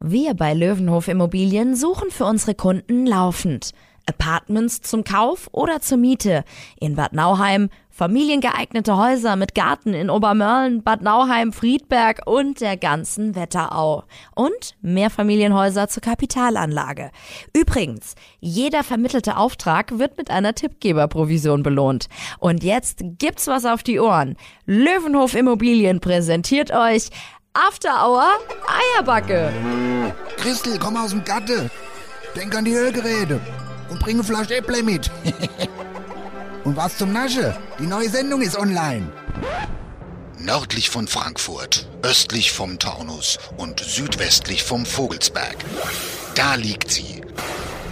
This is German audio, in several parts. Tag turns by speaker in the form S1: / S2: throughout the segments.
S1: Wir bei Löwenhof Immobilien suchen für unsere Kunden laufend Apartments zum Kauf oder zur Miete in Bad Nauheim, familiengeeignete Häuser mit Garten in Obermörlen, Bad Nauheim, Friedberg und der ganzen Wetterau. Und Mehrfamilienhäuser zur Kapitalanlage. Übrigens, jeder vermittelte Auftrag wird mit einer Tippgeberprovision belohnt. Und jetzt gibt's was auf die Ohren. Löwenhof Immobilien präsentiert euch After Hour Eierbacke.
S2: Christel, komm aus dem Gatte. Denk an die Ölgeräte. Und bringe ein Flasch Äpple mit. und was zum Nasche? Die neue Sendung ist online.
S3: Nördlich von Frankfurt, östlich vom Taunus und südwestlich vom Vogelsberg. Da liegt sie.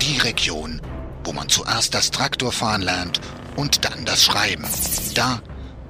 S3: Die Region, wo man zuerst das Traktorfahren lernt und dann das Schreiben. Da,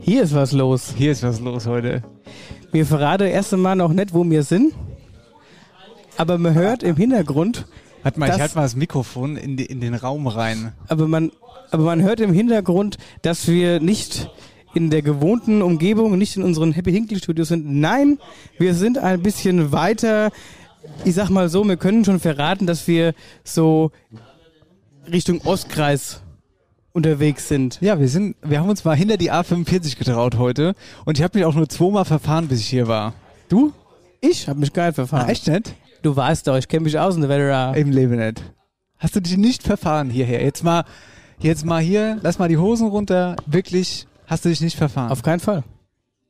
S4: hier ist was los.
S5: hier ist was los heute.
S4: Wir verrate erst einmal noch nicht, wo wir sind. Aber man hört im Hintergrund,
S5: Warte Halt mal,
S4: Das-
S5: ich halte mal das Mikrofon in, die, in den Raum rein.
S4: aber man, aber man hört im Hintergrund, dass wir nicht in der gewohnten Umgebung, nicht in unseren Happy Hinkley Studios sind. Nein, wir sind ein bisschen weiter. Ich sag mal so, wir können schon verraten, dass wir so Richtung Ostkreis unterwegs sind.
S5: Ja, wir sind, wir haben uns mal hinter die A45 getraut heute und ich habe mich auch nur zweimal verfahren, bis ich hier war. Du?
S4: Ich habe mich geil verfahren.
S5: Ah, Echt nicht?
S4: Du weißt doch, ich kenne mich aus in der Wetterau.
S5: Im Leben nicht. Hast du dich nicht verfahren hierher? Jetzt mal, jetzt mal hier, lass mal die Hosen runter. Wirklich, hast du dich nicht verfahren?
S4: Auf keinen Fall.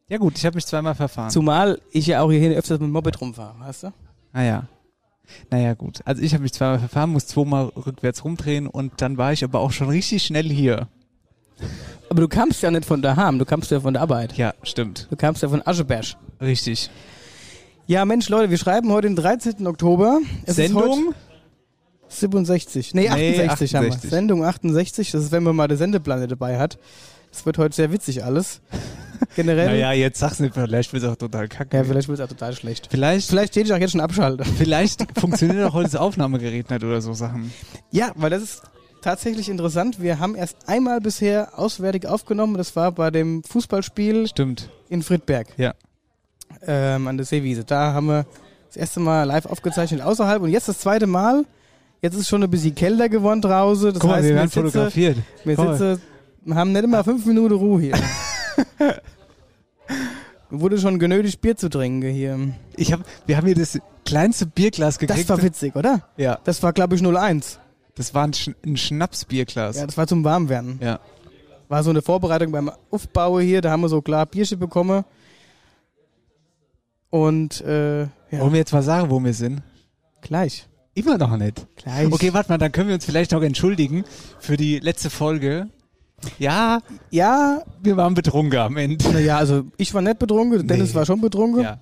S5: ja gut, ich habe mich zweimal verfahren.
S4: Zumal ich ja auch hierhin öfters mit dem Moped rumfahre, weißt du?
S5: Naja. Naja, gut. Also ich habe mich zweimal verfahren, muss zweimal rückwärts rumdrehen und dann war ich aber auch schon richtig schnell hier.
S4: Aber du kamst ja nicht von daheim, du kamst ja von der Arbeit.
S5: Ja, stimmt.
S4: Du kamst ja von Ascheberg.
S5: Richtig.
S4: Ja, Mensch, Leute, wir schreiben heute den 13. Oktober. Es Ist
S5: Sendung?
S4: heute 67. Nee, 68,
S5: Nee,
S4: haben wir.
S5: 68.
S4: Sendung 68, das ist, wenn man mal den Sendeplan dabei hat. Das wird heute sehr witzig alles. Generell.
S5: Naja, jetzt sag's nicht, vielleicht wird's auch total kacke.
S4: ja, vielleicht wird es auch total schlecht.
S5: vielleicht, vielleicht,
S4: Vielleicht stehe ich auch jetzt schon abschalten.
S5: funktioniert auch heute das Aufnahmegerät nicht oder so Sachen.
S4: Ja, weil das ist tatsächlich interessant. Wir haben erst einmal bisher auswärtig aufgenommen. Das war bei dem Fußballspiel
S5: Stimmt.
S4: in Friedberg.
S5: Ja.
S4: ähm, an der Seewiese. Da haben wir das erste Mal live aufgezeichnet außerhalb und jetzt das zweite Mal. Jetzt ist schon ein bisschen kälter geworden draußen. Das
S5: Guck mal,
S4: heißt,
S5: wir werden
S4: sitze,
S5: fotografiert.
S4: wir
S5: Guck mal.
S4: sitze, haben nicht immer fünf Minuten Ruhe hier. Mir Wurde schon genötigt, Bier zu trinken hier.
S5: Ich hab, wir haben hier das kleinste Bierglas
S4: Das
S5: gekriegt.
S4: war witzig, oder?
S5: ja,
S4: Das war, glaube ich, 01.
S5: das war ein, Schn ein Schnapsbierglas.
S4: Ja, das war zum Warmwerden.
S5: Ja.
S4: War so eine Vorbereitung beim Aufbau hier. Da haben wir so klar Bierchen bekommen. Und äh, ja,
S5: Wollen wir jetzt mal sagen, wo wir sind?
S4: gleich.
S5: Immer noch nicht.
S4: Gleich.
S5: Okay, warte mal, dann können wir uns vielleicht noch entschuldigen für die letzte Folge. Ja,
S4: ja,
S5: wir waren betrunken am Ende.
S4: Naja, also ich war nicht betrunken, Dennis
S5: Nee.
S4: war schon betrunken,
S5: Ja.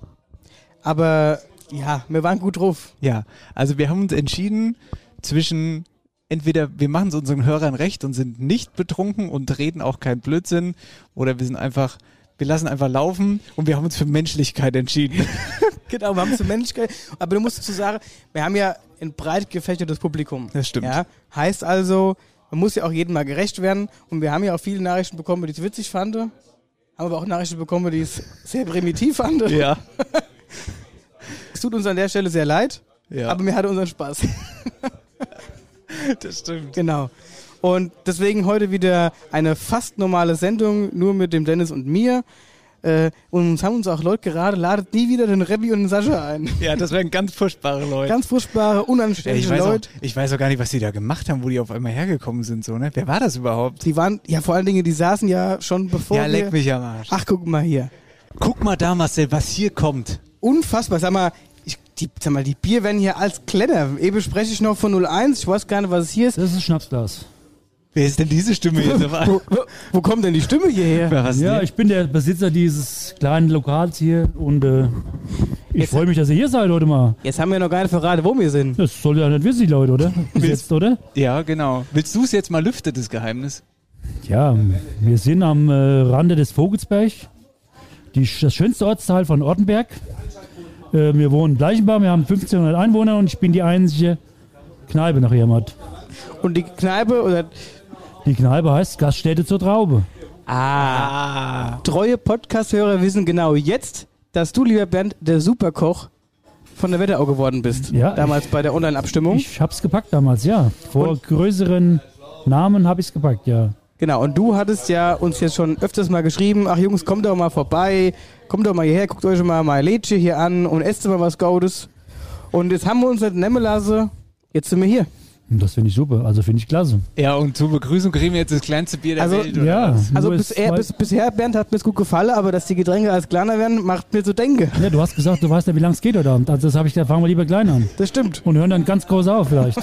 S4: aber ja, wir waren gut drauf.
S5: Ja, also wir haben uns entschieden zwischen entweder wir machen es unseren Hörern recht und sind nicht betrunken und reden auch keinen Blödsinn oder wir sind einfach wir lassen einfach laufen und wir haben uns für Menschlichkeit entschieden.
S4: Genau, wir haben zur Menschlichkeit. Aber du musst dazu sagen, wir haben ja ein breit gefächertes Publikum.
S5: Das stimmt.
S4: Ja, heißt also, man muss ja auch jedem mal gerecht werden und wir haben ja auch viele Nachrichten bekommen, die ich witzig fand, haben aber auch Nachrichten bekommen, die ich sehr primitiv fand.
S5: Ja.
S4: Es tut uns an der Stelle sehr leid,
S5: Ja.
S4: aber mir hatte unseren Spaß.
S5: das stimmt.
S4: Genau. Und deswegen heute wieder eine fast normale Sendung, nur mit dem Dennis und mir. Äh, und uns haben uns auch Leute gerade, ladet nie wieder den Rebbi und den Sascha ein.
S5: Ja, das wären ganz furchtbare Leute.
S4: Ganz furchtbare,
S5: ja, ich,
S4: unanständige
S5: weiß auch,
S4: Leute.
S5: ich weiß auch gar nicht, was die da gemacht haben, wo die auf einmal hergekommen sind, so, ne? Wer war das überhaupt?
S4: Die waren, ja vor allen Dingen, die saßen ja schon bevor
S5: ja,
S4: wir...
S5: leck mich am Arsch.
S4: Ach, guck mal hier.
S5: Guck mal da, Marcel, was hier kommt.
S4: Unfassbar. Sag mal, ich, die, sag mal, die Bier werden hier als Kletter. Eben spreche ich noch von 01, ich weiß gar nicht, was es hier ist.
S6: Das ist ein Schnapsglas.
S5: Wer ist denn diese Stimme hier?
S4: wo, wo- wo kommt denn die Stimme hierher?
S5: Wer was
S6: Ja,
S5: denn?
S6: ich bin der Besitzer dieses kleinen Lokals hier und äh, ich
S4: Jetzt-
S6: freue mich, dass ihr hier seid heute mal.
S4: Jetzt haben wir noch gar nicht verraten, wo wir sind.
S6: Das soll ja nicht wissen, die Leute, oder? Bis jetzt, oder?
S5: ja, genau. Willst du es jetzt mal lüften, das Geheimnis?
S6: Ja, wir sind am äh, Rande des Vogelsberg, die, das schönste Ortsteil von Ortenberg. Äh, wir wohnen in Bleichenbach, wir haben 1500 Einwohner und ich bin die einzige Kneipe nach Irmert.
S4: Und die Kneipe oder
S6: Die Kneipe heißt Gaststätte zur Traube.
S4: Ah. Treue Podcast-Hörer wissen genau jetzt, dass du, lieber Bernd, der Superkoch von der Wetterau geworden bist.
S6: Ja,
S4: Damals bei der Online-Abstimmung.
S6: Ich hab's gepackt damals, ja. Vor größeren Namen hab ich's gepackt, ja.
S4: Genau. Und du hattest ja uns jetzt schon öfters mal geschrieben, ach Jungs, kommt doch mal vorbei, kommt doch mal hierher, guckt euch mal mein Lädchen hier an und esst mal was Gaudes. Und jetzt haben wir uns nicht nehmen lassen. Jetzt sind wir hier.
S6: Und das finde ich super, also finde ich klasse.
S5: Ja, und zur Begrüßung kriegen wir jetzt das kleinste Bier der
S4: Also,
S5: Welt. Oder
S6: ja.
S5: was?
S4: Also
S6: Nur
S4: bis,
S6: ist
S4: er,
S6: mal-
S4: bis, bisher, Bernd, hat mir gut gefallen, aber dass die Getränke als kleiner werden, macht mir so denke.
S6: Ja, du hast gesagt, du weißt ja, wie lange es geht heute Abend. Also das habe ich, da fangen wir lieber klein an.
S4: Das stimmt.
S6: Und hören dann ganz groß auf vielleicht.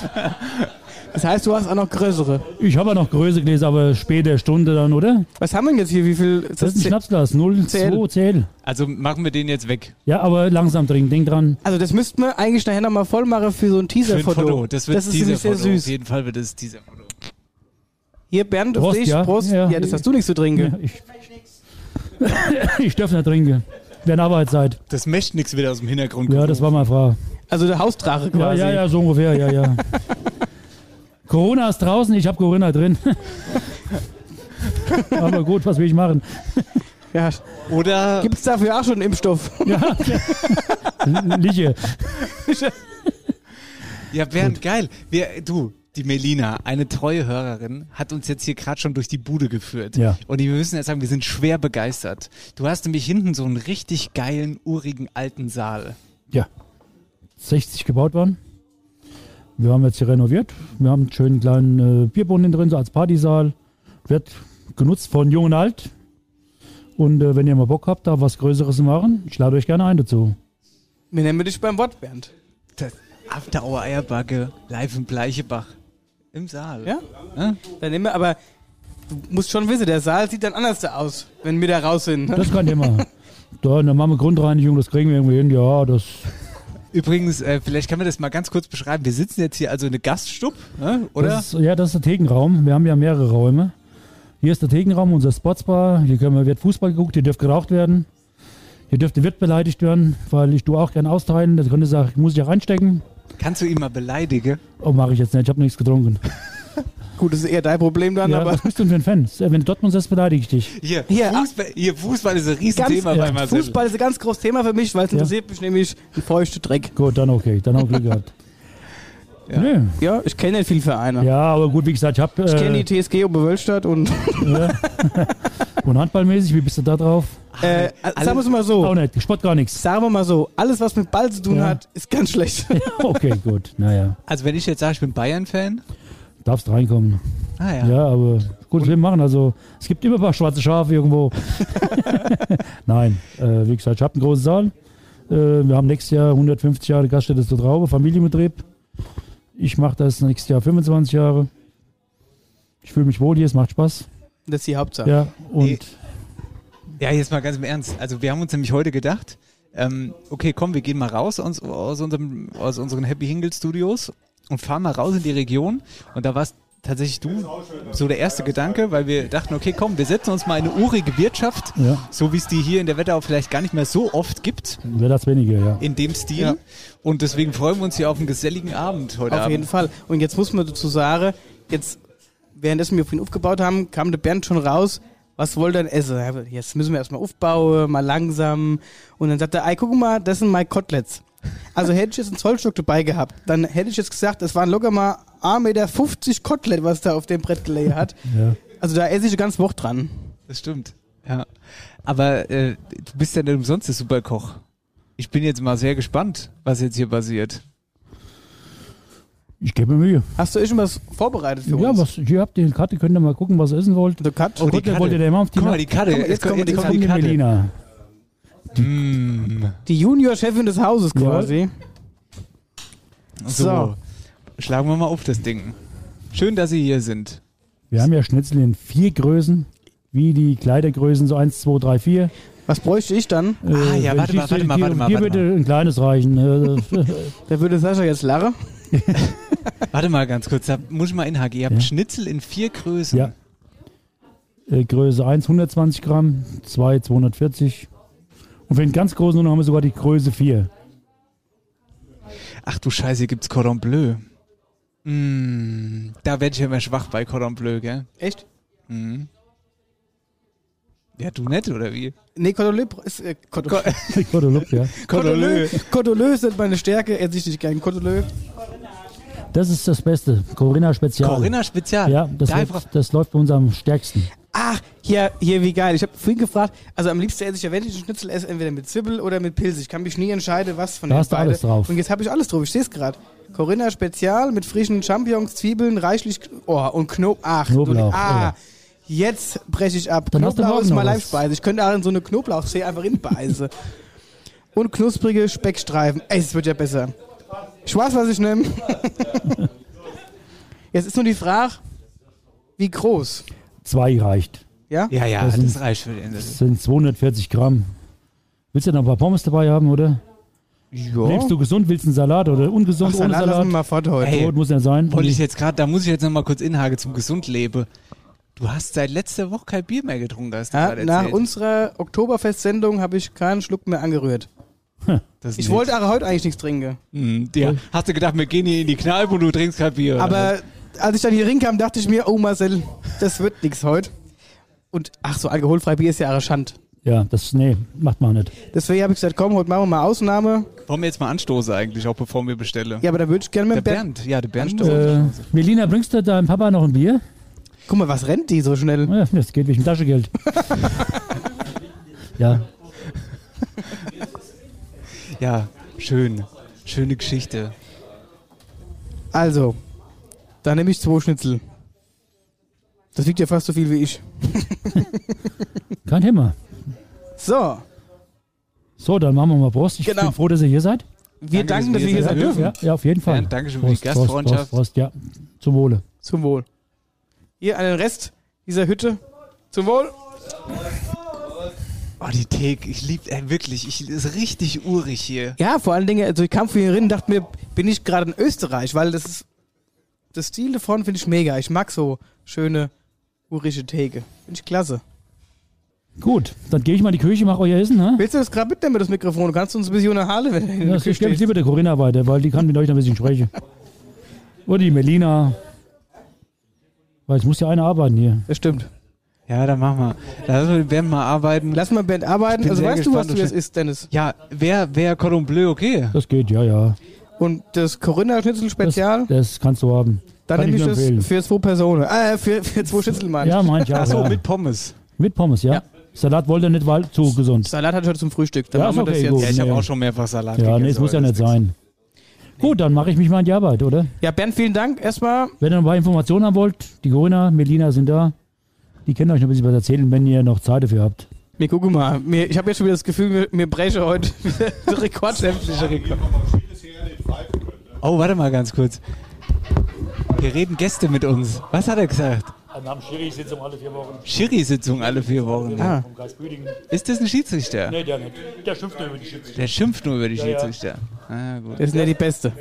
S4: Das heißt, du hast auch noch größere.
S6: Ich habe ja noch größere Gläser, aber später Stunde dann, oder?
S4: Was haben wir denn jetzt hier? Wie viel? ist
S6: Das ist ein
S4: zehn-
S6: Schnapsglas, 0,2 CL.
S5: Also machen wir den jetzt weg.
S6: Ja, aber langsam trinken, denk dran.
S4: Also das müssten wir eigentlich nachher nochmal voll machen für so ein
S5: Für ein
S4: Teaser-Foto.
S5: Foto. Das wird
S4: ist
S5: dieser
S4: nämlich sehr
S5: Foto. Auf
S4: süß.
S5: jeden Fall wird es dieser Foto.
S4: Hier, Bernd, auf
S6: Prost,
S4: dich.
S6: ja.
S4: Prost. Ja.
S6: Ja.
S4: das hast du nichts zu trinken.
S6: Ja, ich ich darf nicht trinken. Während Arbeitszeit.
S5: Das mescht nichts wieder aus dem Hintergrund.
S6: Ja, das war meine Frage.
S4: Also der Hausdrache
S6: Ja,
S4: quasi.
S6: ja, ja, so ungefähr, ja, ja. Corona ist draußen, ich habe Corinna drin. Aber gut, was will ich machen?
S4: Ja.
S5: Oder
S4: Gibt es dafür auch schon einen Impfstoff?
S6: Ja. Liche.
S5: Ja, Bernd, geil. Wir, du, die Melina, eine treue Hörerin, hat uns jetzt hier gerade schon durch die Bude geführt.
S6: Ja.
S5: Und wir müssen jetzt sagen, wir sind schwer begeistert. Du hast nämlich hinten so einen richtig geilen, urigen alten Saal.
S6: Ja. 60 gebaut worden. Wir haben jetzt hier renoviert. Wir haben einen schönen kleinen äh, Bierbrunnen drin, so als Partysaal. Wird genutzt von Jung und Alt. Und äh, wenn ihr mal Bock habt, da was Größeres zu machen, ich lade euch gerne ein dazu.
S4: Wir nennen dich beim Wort, Bernd.
S5: Das After Hour Eierbacke, live im Bleichebach. Im Saal.
S4: Ja? Dann nehmen wir, aber du musst schon wissen, der Saal sieht dann anders da aus, wenn wir da raus sind. Ne?
S6: Das kann ihr machen. Da, dann machen wir Grundreinigung, das kriegen wir irgendwie hin. Ja, das
S5: Übrigens, äh, vielleicht können wir das mal ganz kurz beschreiben. Wir sitzen jetzt hier also in eine Gaststub, ne? oder?
S6: Das ist, ja, das ist der Thekenraum. Wir haben ja mehrere Räume. Hier ist der Thekenraum, unser Sportsbar. Hier können wir, wird Fußball geguckt, hier dürft geraucht werden. Hier dürfte Wirt beleidigt werden, weil ich du auch gern austeilen. Das könnte sagen, muss ich auch reinstecken.
S5: Kannst du ihn mal beleidigen?
S6: Oh, mache ich jetzt nicht, ich habe nichts getrunken.
S4: Gut, das ist eher dein Problem dann,
S6: Ja,
S4: aber
S6: was bist du denn für ein Fan? Äh, Wenn du Dortmund setzt, beleidige ich dich.
S5: Hier,
S4: Hier,
S5: Fußball, hier, Fußball ist ein
S4: Ganz-
S5: Riesenthema
S6: ja,
S5: bei Marcel.
S4: Fußball ist ein ganz großes Thema für mich, weil es interessiert mich nämlich ein feuchter Dreck.
S6: Gut, dann okay, dann auch Glück gehabt.
S5: Ja.
S6: Nö.
S4: Ja, ich kenne nicht viele Vereine.
S6: ja, aber gut, wie gesagt, ich äh, habe.
S4: Ich kenne die TSG Oberwölstadt und
S6: Und handballmäßig, wie bist du da drauf?
S4: äh, sagen wir es mal
S6: Auch
S4: so.
S6: nicht, Sport gar nichts.
S4: Sagen wir mal so, alles was mit Ball zu tun
S6: Ja.
S4: hat, ist ganz schlecht.
S6: Okay, gut, naja,
S5: Also wenn ich jetzt sage, ich bin Bayern-Fan.
S6: darfst reinkommen.
S5: Ah
S6: Ja, aber gut, wir machen also. Es gibt immer ein paar schwarze Schafe irgendwo. Nein, äh, wie gesagt, ich habe einen großen Saal. Äh, wir haben nächstes Jahr 150 Jahre Gaststätte zur Traube, Familienbetrieb. Ich mache das nächstes Jahr 25 Jahre. Ich fühle mich wohl hier, es macht Spaß.
S4: Das ist die Hauptsache.
S6: Ja, und
S5: Nee. Ja, jetzt mal ganz im Ernst. Also wir haben uns nämlich heute gedacht, ähm, okay, komm, wir gehen mal raus aus, aus, unserem, aus unseren Happy Hingle Studios und fahren mal raus in die Region. Und da warst tatsächlich du so der erste Gedanke, weil wir dachten, okay, komm, wir setzen uns mal in eine urige Wirtschaft,
S6: Ja.
S5: so wie es die hier in der Wetterau vielleicht gar nicht mehr so oft gibt,
S6: wäre das weniger, ja.
S5: in dem Stil.
S4: Ja.
S5: Und deswegen freuen wir uns hier auf einen geselligen Abend heute
S4: Auf
S5: Abend.
S4: jeden Fall. Und jetzt muss man dazu sagen, jetzt, währenddessen wir auf ihn aufgebaut haben, kam der Bernd schon raus, was wollt ihr denn essen? Ja, Jetzt müssen wir erstmal aufbauen, mal langsam. Und dann sagt er, ey, guck mal, das sind meine Koteletts. Also hätte ich jetzt einen Zollstock dabei gehabt, dann hätte ich jetzt gesagt, das waren locker mal 1,50 Meter Kotelett, was da auf dem Brett gelegen hat.
S6: ja.
S4: Also da esse ich die ganze Woche dran.
S5: Das stimmt. Ja. Aber äh, du bist ja nicht umsonst der Superkoch. Ich bin jetzt mal sehr gespannt, was jetzt hier passiert.
S6: Ich gebe mir Mühe.
S4: Hast du irgendwas vorbereitet für
S6: Ja,
S4: uns?
S6: was, hier habt ihr eine Karte, könnt ihr mal gucken, was ihr essen wollt.
S4: Du Cut?
S5: Oh, die
S6: Kotelett
S5: Karte.
S6: wollt ihr da immer auf die
S5: Guck mal,
S6: Nacht?
S5: die Karte.
S4: Komm, jetzt
S5: Jetzt kommt,
S4: kommt-
S5: jetzt
S4: jetzt
S5: kommt die
S6: Die
S5: Karte.
S6: Melina.
S5: Mm.
S4: Die Junior-Chefin des Hauses
S6: Ja.
S4: quasi.
S5: So.
S4: So.
S5: Mm, Schlagen wir mal auf das Ding. Schön, dass Sie hier sind.
S6: Wir haben ja Schnitzel in vier Größen, wie die Kleidergrößen, so 1, 2, 3, 4.
S4: Was bräuchte ich dann?
S5: Ah,
S6: Äh,
S5: ja,
S6: wenn
S5: warte
S6: ich
S5: mal,
S6: stehe,
S5: warte mal,
S6: dir-
S5: warte mal,
S6: Dir
S5: warte
S6: bitte ein kleines reichen. Äh,
S4: Da würde Sascha jetzt lachen.
S5: Warte mal ganz kurz, da muss ich mal inhaken. Ihr habt
S6: Ja.
S5: Schnitzel in vier Größen.
S6: ja. Äh, Größe 1, 120 Gramm, 2, 240. Und für den ganz großen Hund haben wir sogar die Größe 4.
S5: Ach du Scheiße, hier gibt's Cordon Bleu. Mm, da werde ich ja immer schwach bei Cordon Bleu, gell?
S4: Echt?
S5: Mhm. Ja, du nett, oder wie?
S4: Nee, Cordoleux ist. Äh, Cordoleux.
S6: Guadeloupe, ja.
S5: Cordoleux.
S4: Cordoleux sind meine Stärke, esse ich nicht gern. Cordoleux.
S6: Das ist das Beste. Corinna Spezial.
S5: Corinna Spezial.
S6: Ja, das,
S5: da einfach,
S6: läuft, das läuft bei uns am stärksten.
S4: Ach, hier, hier, wie geil. Ich habe vorhin gefragt, also am liebsten esse ich ja, wenn ich einen Schnitzel esse, entweder mit Zwiebel oder mit Pilz. Ich kann mich nie entscheiden, was von
S6: Da
S4: den
S6: hast du
S4: beiden.
S6: alles drauf.
S4: Und jetzt habe ich alles drauf, ich sehe es gerade. Corinna Spezial mit frischen Champignons, Zwiebeln, reichlich. Oh, und Knob. Ach, du-
S6: Knoblauch,
S4: Ah,
S6: ja.
S4: jetzt breche ich ab.
S6: Dann hast du
S4: Knoblauch
S6: morgen
S4: ist
S6: noch
S4: meine
S6: was.
S4: Leibspeise. Ich könnte auch in so eine Knoblauchzehe einfach inbeißen. und knusprige Speckstreifen. Ey, es wird ja besser. Ich weiß, was ich nehme. jetzt ist nur die Frage, wie groß?
S6: Zwei reicht.
S4: Ja?
S5: ja, ja, das,
S6: Das sind-
S5: reicht für den.
S6: Das
S5: Das,
S6: sind 240 Gramm. Willst du noch ein paar Pommes dabei haben, oder?
S4: ja.
S6: Lebst du gesund, willst einen Salat oder ungesund
S4: Ach,
S6: ohne
S4: Salat lassen wir
S6: Salat?
S4: mal fort heute.
S5: Ey.
S6: Brot muss ja sein.
S5: wollte ich jetzt gerade, da muss ich jetzt nochmal kurz inhake zum Gesundlebe. Du hast seit letzter Woche kein Bier mehr getrunken, hast du
S4: Ja,
S5: gerade
S4: nach
S5: erzählt.
S4: unserer Oktoberfest-Sendung habe ich keinen Schluck mehr angerührt.
S5: Das
S4: Ich
S5: nicht.
S4: wollte aber heute eigentlich nichts trinken.
S5: Mhm, ja. Hast du gedacht, wir gehen hier in die Kneipe und du trinkst kein Bier? oder was?
S4: Aber als ich dann hier rinkam, dachte ich mir, oh Marcel, das wird nichts heute. Und ach so, alkoholfrei Bier ist ja eine Schand.
S6: ja, das, nee, macht man nicht.
S4: Deswegen habe ich gesagt, komm, heute machen wir mal Ausnahme.
S5: Also, wollen wir jetzt mal anstoßen eigentlich, auch bevor wir bestellen?
S4: Ja, aber da würde ich gerne
S5: Der
S4: mit Bernd.
S5: Bernd, ja, der Bernd.
S6: Äh, Melina, bringst du deinem Papa noch ein Bier?
S4: Guck mal, was rennt die so schnell?
S6: Ja, das geht wegen Taschengeld. ja,
S5: Ja, schön. Schöne Geschichte.
S4: Also, da nehme ich zwei Schnitzel. Das wiegt ja fast so viel wie ich.
S6: kein Thema.
S4: So,
S6: So, dann machen wir mal Prost. Ich
S4: Genau.
S6: bin froh, dass ihr hier seid.
S4: wir
S5: Danke,
S4: danken, dass
S5: dass
S4: wir
S5: wir
S4: hier
S5: jetzt
S4: sein
S5: hier
S4: dürfen.
S6: Ja, ja auf jeden Fall.
S5: Ja, danke schön für die Gastfreundschaft.
S6: Prost, Prost, ja. Zum Wohle.
S4: Zum Wohl. Hier an den Rest dieser Hütte. Zum Wohl.
S5: Oh, die Theke, ich liebe, ey, wirklich, ich, ist richtig urig hier.
S4: Ja, vor allen Dingen, also ich kam vorhin rein und dachte mir, bin ich gerade in Österreich, weil das ist, das Stil davon finde ich mega. Ich mag so schöne urische Theke. Finde ich klasse.
S6: Gut, dann gehe ich mal in die Küche, mache euer Essen. Ne?
S4: Willst du das gerade mitnehmen, das Mikrofon? Du kannst uns ein bisschen unterhalten, wenn du in
S6: Ja,
S4: der
S6: das
S4: Küche
S6: gebe ich
S4: stehst.
S6: lieber der Corinna weiter, weil die kann mit euch noch ein bisschen sprechen. Oder die Melina. Weil es muss ja einer arbeiten hier.
S4: Das stimmt.
S5: Ja, dann machen wir. Lass wir den Bernd mal arbeiten.
S4: Lass mal Bernd arbeiten.
S5: bin
S4: Also
S5: sehr
S4: weißt du, was
S5: gespannt,
S4: du das
S5: ob ich-
S4: ist, Dennis?
S5: Ja, wer, wer Cordon Bleu, okay.
S6: Das geht, ja, ja.
S4: Und das Corinna-Schnitzel-Spezial,
S6: Das kannst du haben.
S4: dann
S6: kann
S4: nehme
S6: ich
S4: ich
S6: nur
S4: das
S6: empfehlen.
S4: für zwei Personen. Äh, für, für zwei Schnitzel, meine ich.
S6: Ja, mein ich auch,
S5: Achso,
S6: ja.
S5: mit Pommes.
S6: mit Pommes, ja. Salat wollte er nicht, weil zu gesund.
S4: Salat hatte ich heute zum Frühstück. Dann
S6: Ja,
S4: machen
S6: ist
S4: wir
S6: okay,
S4: das
S6: gut.
S5: Ja,
S4: jetzt.
S5: ich habe
S6: Nee.
S5: auch schon mehrfach Salat
S6: Ja,
S5: gegessen,
S6: nee, es muss ja
S5: aber
S6: nicht
S5: das ist
S6: sein. Gut, dann mache ich mich mal an die Arbeit, oder?
S4: Ja, Bernd, vielen Dank erstmal.
S6: Wenn ihr noch ein paar Informationen haben wollt, die Corinna, Melina sind da. Die können euch noch ein bisschen was erzählen, wenn ihr noch Zeit dafür habt.
S4: Mir gucke mal, mir, ich habe jetzt schon wieder das Gefühl, mir, mir breche heute der Rekord sämtlicher Rekord.
S5: nichts. Oh, warte mal ganz kurz. Hier reden Gäste mit uns. Was hat er gesagt?
S6: Am Schiri sitzt um alle vier Wochen
S5: Schiri-Sitzung alle vier Wochen.
S4: Ah.
S6: vom Geisbüdingen.
S5: Ist das ein Schiedsrichter?
S6: Nee, der nicht. Der schimpft über die Schütze.
S5: Der schimpft nur über die
S6: ja.
S5: Schiedsrichter. Ah, gut.
S4: Das ist nicht die Beste.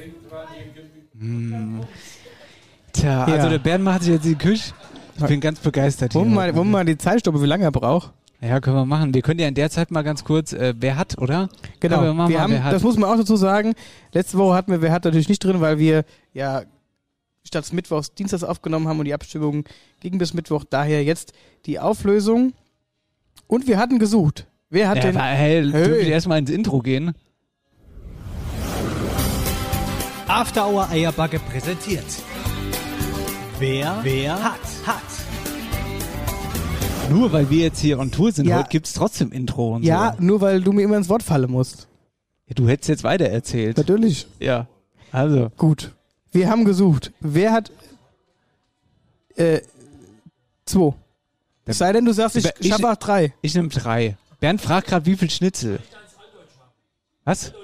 S5: Tja,
S4: Ja.
S5: also der Bernd macht sich jetzt in die Küche. Ich bin ganz begeistert hier.
S4: Wollen wir mal, wollen wir mal die Zeit stoppen, wie lange er braucht?
S5: Ja, können wir machen. Wir können ja in der Zeit mal ganz kurz, äh, wer hat, oder?
S4: Genau,
S5: Ja, wir machen
S4: wir
S5: mal,
S4: haben,
S5: wer hat.
S4: das muss man auch dazu sagen, letzte Woche hatten wir Wer hat natürlich nicht drin, weil wir ja statt Mittwochs Dienstags aufgenommen haben und die Abstimmung ging bis Mittwoch, daher jetzt die Auflösung. Und wir hatten gesucht. Wer hat
S5: ja,
S4: denn...
S5: aber, hey,
S4: Hey.
S5: dürfen wir erstmal ins Intro gehen?
S7: After Hour Eierbacke präsentiert. Wer, wer hat, hat.
S5: Nur weil wir jetzt hier on Tour sind,
S4: Ja.
S5: heute gibt's trotzdem Intro und
S4: ja,
S5: so.
S4: nur weil du mir immer ins Wort fallen musst.
S5: Ja, du hättest jetzt weiter erzählt.
S4: Natürlich.
S5: Ja. Also,
S4: Gut. Wir haben gesucht. Wer hat. Äh. Zwei.
S5: Der-
S4: Es sei denn, du sagst, ich,
S5: Ich-
S4: ich schaffe auch drei.
S5: ich nehme drei. Bernd fragt gerade, wie viel Schnitzel? Was?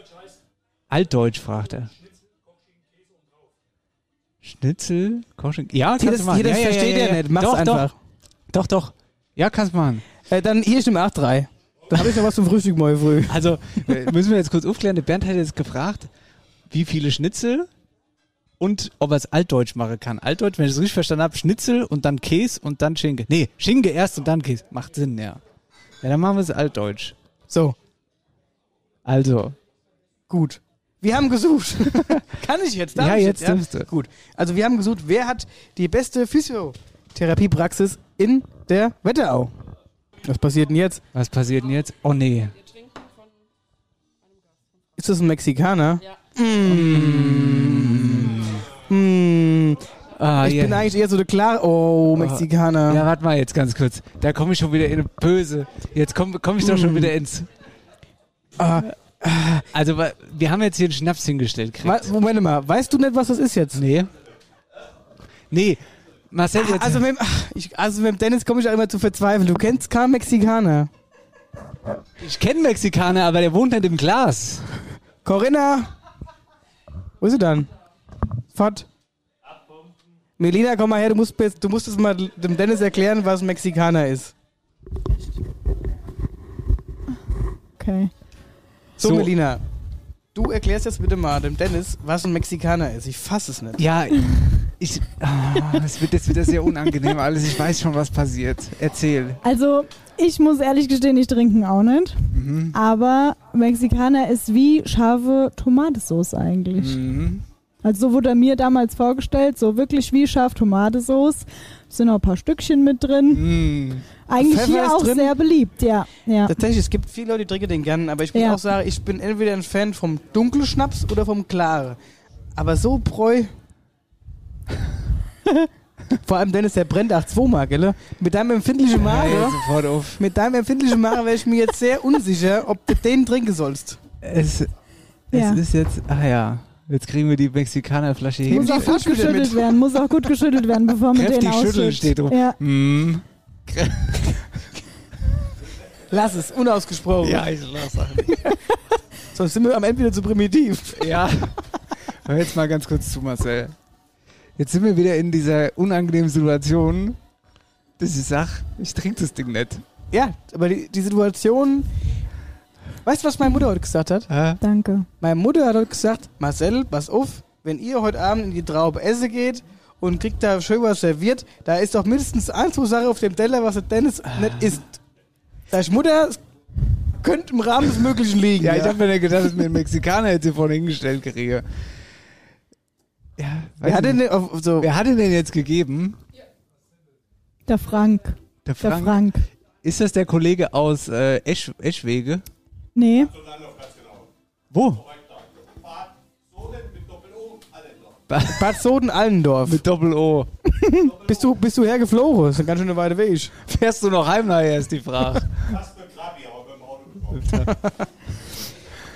S5: Altdeutsch fragt er. Schnitzel, Kosching. Ja,
S4: Hier,
S5: kannst
S4: das,
S5: du machen.
S4: hier, das
S5: ja, ja,
S4: versteht
S5: ja, ja,
S4: er
S5: ja.
S4: nicht. Mach's
S5: doch,
S4: einfach.
S5: Doch, doch, doch. Ja, kannst du machen.
S4: Äh, dann hier stimmt 8-3. Da habe ich noch was zum Frühstück morgen früh.
S5: Also äh, müssen wir jetzt kurz aufklären. Der Bernd hat jetzt gefragt, wie viele Schnitzel und ob er es altdeutsch machen kann. Altdeutsch, wenn ich es richtig verstanden habe, Schnitzel und dann Käse und dann Schinke. Nee, Schinke erst und dann Käse. Macht Sinn, ja. Ja, dann machen wir es altdeutsch.
S4: So,
S5: Also,
S4: gut. Wir haben gesucht. Kann ich jetzt? Darf
S5: Ja,
S4: ich
S5: jetzt darfst du.
S4: Gut. Also wir haben gesucht, wer hat die beste Physiotherapiepraxis in der Wetterau? Was passiert denn jetzt?
S5: was passiert denn jetzt? Oh nee.
S4: Ist das ein Mexikaner? Ja.
S5: Ah,
S4: Ich
S5: ja.
S4: bin eigentlich eher so der klar. Oh, Mexikaner.
S5: ja, warte mal jetzt ganz kurz. Da komme ich schon wieder in eine Böse. Jetzt komme komm ich doch
S4: Mm.
S5: schon wieder ins.
S4: Ah.
S5: Also, wa- wir haben jetzt hier einen Schnaps hingestellt. gekriegt.
S4: Wa- Moment mal, weißt du nicht, was das ist jetzt?
S5: Nee. Nee. Marcel, jetzt.
S4: Also mit, dem- ach, ich, also mit dem Dennis komme ich auch immer zu verzweifeln. Du kennst keinen Mexikaner.
S5: ich kenne Mexikaner, aber der wohnt nicht im Glas.
S4: Corinna! Wo ist sie dann? Fott. Melina, komm mal her, du musst, bis- du musst es mal dem Dennis erklären, was ein Mexikaner ist.
S8: Okay.
S4: So,
S5: So.
S4: Melina, du erklärst jetzt bitte mal dem Dennis, was ein Mexikaner ist. Ich fasse es nicht.
S5: Ja, ich. Ah, das wird jetzt wieder sehr unangenehm alles. Ich weiß schon, was passiert. Erzähl.
S8: Also, ich muss ehrlich gestehen, ich trinke auch nicht. Aber Mexikaner ist wie scharfe Tomatensauce eigentlich. Also so wurde er mir damals vorgestellt, so wirklich wie scharf Tomatensauce. Sind auch ein paar Stückchen mit drin.
S5: Mm.
S8: Eigentlich
S4: Pfeffer ist
S8: hier auch
S4: drin?
S8: sehr beliebt, ja. ja.
S4: Tatsächlich, es gibt viele Leute, die trinken den gern, aber ich muss
S8: Ja.
S4: auch sagen, ich bin entweder ein Fan vom dunklen Schnaps oder vom klaren. Aber so bräu. Vor allem Dennis, der brennt auch zweimal, gell? Mit deinem empfindlichen Magen.
S5: Hey, sofort auf.
S4: Mit deinem empfindlichen Mare wäre ich mir jetzt sehr unsicher, ob du den trinken sollst.
S5: Es, es
S8: Ja.
S5: ist jetzt. Ah ja. Jetzt kriegen wir die Mexikanerflasche hier.
S8: Muss
S4: die
S8: auch gut
S4: Flasche wieder
S8: geschüttelt
S4: mit.
S8: werden, muss auch gut geschüttelt werden, bevor man den
S5: Kräftig schütteln
S8: ausschüttet.
S5: steht drauf.
S8: Ja.
S5: Mm.
S4: Lass es, unausgesprochen.
S5: Ja, ich lass auch nicht.
S4: Sonst sind wir am Ende wieder zu primitiv.
S5: Ja. Hör jetzt mal ganz kurz zu, Marcel. Jetzt sind wir wieder in dieser unangenehmen Situation, dass ich sag, ich trinke das Ding nicht.
S4: Ja, aber die, die Situation. Weißt du, was meine Mutter heute gesagt hat?
S5: Ah.
S8: Danke.
S4: Meine Mutter hat heute gesagt: Marcel, pass auf, wenn ihr heute Abend in die Traube essen geht und kriegt da schön was serviert, da ist doch mindestens ein, zwei Sachen auf dem Teller, was der Dennis nicht isst. Sag ich, Mutter, es könnte im Rahmen des Möglichen liegen.
S5: Ja, ich habe mir nicht gedacht, dass mir ein Mexikaner jetzt hier vorne hingestellt kriege. Ja, weiß
S4: Wer hat
S5: nicht.
S4: denn auf, auf so.
S5: Wer hat den denn jetzt gegeben?
S8: Der Frank.
S5: Der
S8: Der
S5: Frank.
S8: Frank.
S5: Ist das der Kollege aus äh, Esch, Eschwege?
S8: Nee,
S5: Wo?
S4: Bad Soden-Allendorf.
S5: Mit Doppel-O.
S4: Bist du, bist du hergeflogen? Das ist eine ganz schöne weite Weg.
S5: Fährst du noch heim nachher, ist die Frage.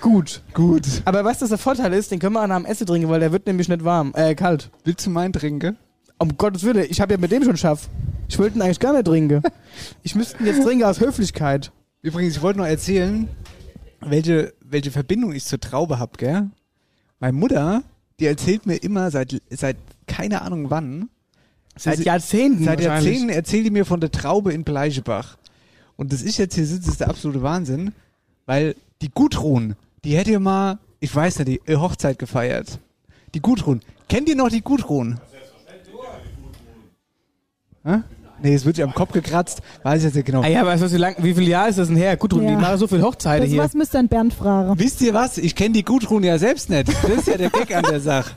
S4: Gut.
S5: Gut.
S4: Aber was das der Vorteil ist, den können wir auch nach dem Essen trinken, weil der wird nämlich nicht warm, äh, kalt.
S5: Willst du meinen trinken?
S4: Um Gottes Willen, ich habe ja mit dem schon Schaff. Ich wollte ihn eigentlich gar nicht trinken. Ich müsste ihn jetzt trinken aus Höflichkeit.
S5: Übrigens, ich wollte noch erzählen, welche, welche Verbindung ich zur Traube habe, gell? Meine Mutter, die erzählt mir immer seit, seit keine Ahnung wann,
S4: Seit
S5: Sie-
S4: Jahrzehnten.
S5: Seit
S4: wahrscheinlich.
S5: Jahrzehnten erzählt die mir von der Traube in Bleichebach. Und dass ich jetzt hier sitze, ist der absolute Wahnsinn, weil die Gudrun, die hätte ja mal, ich weiß nicht, die äh, Hochzeit gefeiert. Die Gudrun. Kennt ihr noch die Gudrun? Hä? Nee, es wird ja am Kopf gekratzt. Weiß ich jetzt nicht genau.
S4: Ah ja, weißt du, was, wie, lang, wie viel Jahr ist das denn her? Gut, die
S8: Ja.
S4: machen so viel Hochzeiten
S8: das
S4: hier.
S8: was müsste ein Bernd fragen.
S5: Wisst ihr was? Ich kenne die Gudrun ja selbst nicht. Das ist ja der Gag an der Sache.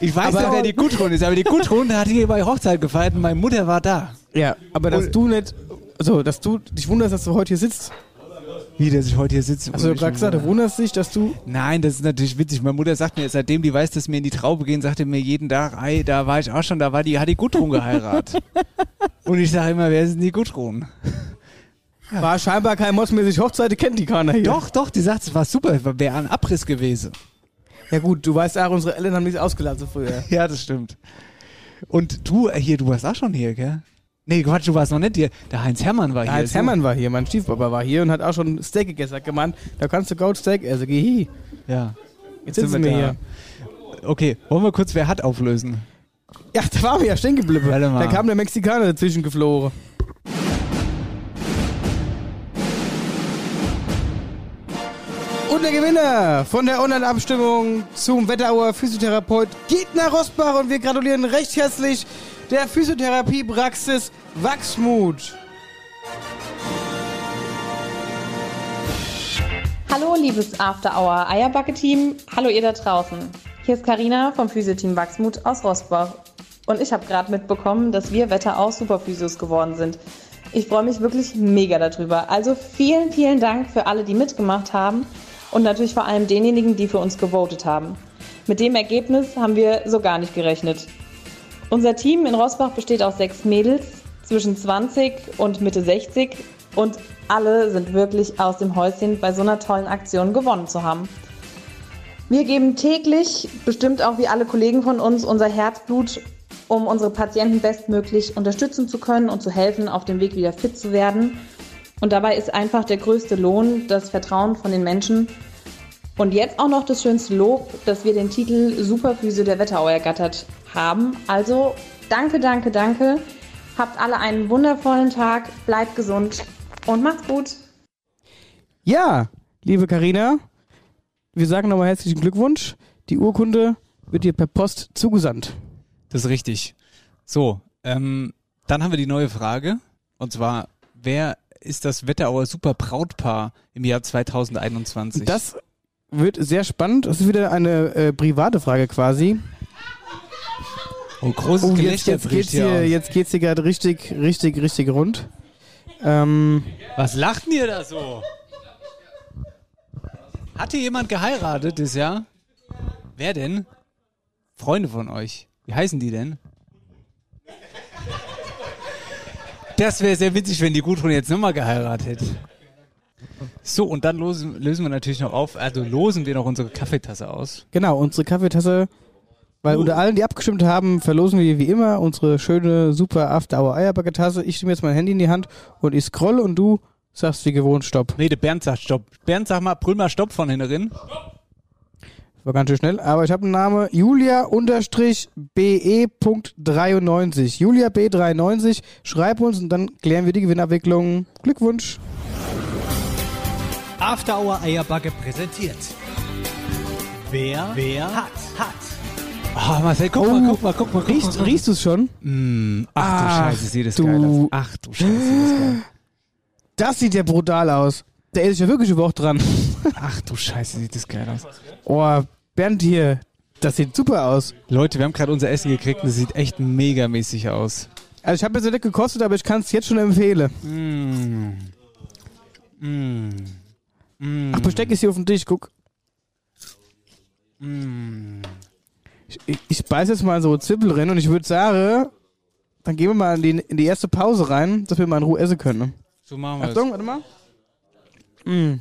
S5: Ich weiß
S4: Aber-
S5: nicht, wer die Gudrun ist, aber die Gudrun hat hier bei Hochzeit gefeiert und meine Mutter war da.
S4: Ja, aber dass
S5: Und-
S4: du nicht, also, dass du dich wunderst, dass du heute hier sitzt.
S5: Wie, dass Also ich heute hier sitze. und
S4: Hast du
S5: mich-
S4: gerade gesagt, du wunderst dich, dass du,
S5: Nein, das ist natürlich witzig. Meine Mutter sagt mir, seitdem die weiß, dass wir in die Traube gehen, sagt er mir jeden Tag, ey, da war ich auch schon, da war die, hat die Gudrun geheiratet. Und ich sage immer, wer ist denn die Gudrun?
S4: war scheinbar keine modsmäßig Hochzeit, kennt die keiner hier.
S5: Doch, doch, die sagt, es war super, wäre ein Abriss gewesen.
S4: Ja gut, du weißt auch, unsere Eltern haben mich ausgelassen früher.
S5: Ja, das stimmt. Und du, äh, hier, du warst auch schon hier, gell? Nee, Quatsch, du warst noch nicht hier. Der Heinz Hermann war hier.
S4: Heinz
S5: so.
S4: Hermann war hier, mein Stiefpapa war hier und hat auch schon Steak gegessen. Hat gemeint, da kannst du Gold Steak essen, geh hi.
S5: Ja.
S4: Jetzt sitzen wir
S5: da.
S4: hier.
S5: Okay, wollen wir kurz wer hat auflösen?
S4: Ja, da waren wir ja stehen geblieben.
S5: Warte mal.
S4: Da kam der Mexikaner dazwischen geflogen. Und der Gewinner von der Online-Abstimmung zum Wetterauer Physiotherapeut Dietmar Rosbach und wir gratulieren recht herzlich der Physiotherapiepraxis Wachsmut.
S9: Hallo, liebes After Hour Eierbacke Team. Hallo, ihr da draußen. Hier ist Karina vom Physioteam Wachsmut aus Rosbach. Und ich habe gerade mitbekommen, dass wir Wetterau Superphysios geworden sind. Ich freue mich wirklich mega darüber. Also vielen, vielen Dank für alle, die mitgemacht haben und natürlich vor allem denjenigen, die für uns gewotet haben. Mit dem Ergebnis haben wir so gar nicht gerechnet. Unser Team in Rosbach besteht aus sechs Mädels zwischen 20 und Mitte 60 und alle sind wirklich aus dem Häuschen bei so einer tollen Aktion gewonnen zu haben. Wir geben täglich, bestimmt auch wie alle Kollegen von uns, unser Herzblut, um unsere Patienten bestmöglich unterstützen zu können und zu helfen, auf dem Weg wieder fit zu werden. Und dabei ist einfach der größte Lohn das Vertrauen von den Menschen. Und jetzt auch noch das schönste Lob, dass wir den Titel Superphysio der Wetterau ergattert haben. Also danke, danke, danke. Habt alle einen wundervollen Tag, bleibt gesund und macht's gut.
S4: Ja, liebe Karina, wir sagen nochmal herzlichen Glückwunsch. Die Urkunde wird dir per Post zugesandt.
S5: Das ist richtig. So, ähm, dann haben wir die neue Frage. Und zwar, wer ist das Wetterauer Superbrautpaar im Jahr 2021?
S4: Das wird sehr spannend. Das ist wieder eine äh, private Frage quasi.
S5: oh, großes
S4: Oh, jetzt,
S5: Gelächter
S4: jetzt
S5: bricht
S4: geht's hier,
S5: hier
S4: jetzt geht's hier gerade richtig, richtig, richtig rund. Ähm,
S5: aus. Was lacht denn ihr da so? Hatte jemand geheiratet dieses Jahr? Wer denn? Freunde von euch. Wie heißen die denn? Das wäre sehr witzig, wenn die Gudrun jetzt nochmal geheiratet hätte. So, und dann losen, lösen wir natürlich noch auf, also losen wir noch unsere Kaffeetasse aus.
S4: genau, unsere Kaffeetasse. Weil unter allen, die abgestimmt haben, verlosen wir wie immer unsere schöne, super After-Hour-Eierbacke-Tasse. Ich nehme jetzt mein Handy in die Hand und ich scroll und du sagst wie gewohnt Stopp.
S5: Nee, der Bernd sagt Stopp. Bernd, sag mal, brüll mal Stopp von hinterin.
S4: War ganz schön schnell, aber ich habe einen Namen. E Julia-BE.93. Julia B93. Schreib uns und dann klären wir die Gewinnabwicklung. Glückwunsch.
S7: After Hour Eierbacke präsentiert. Wer, wer hat, hat.
S5: Ah, Marcel, guck mal, guck mal, guck mal. Guck
S4: Riechst,
S5: mal.
S4: riechst du es schon?
S5: Mm, Ach du
S4: Ach,
S5: Scheiße, sieht das
S4: du-
S5: geil aus. Ach du Scheiße, sieht das geil
S4: Das sieht ja brutal aus. Der ist ja wirklich überhaupt dran.
S5: Ach du Scheiße, sieht das geil aus.
S4: Oh, Bernd hier, das sieht super aus.
S5: Leute, wir haben gerade unser Essen gekriegt und es sieht echt megamäßig aus.
S4: Also ich habe jetzt noch nicht gekostet, aber ich kann es jetzt schon empfehlen. Ach, Besteck ist hier auf dem Tisch, guck. Ich, ich, ich beiß jetzt mal so Zippel rein und ich würde sagen, dann gehen wir mal in die, in die erste Pause rein, dass wir mal in Ruhe essen können. ne?
S5: So machen wir
S4: Achtung, warte mal. Mm.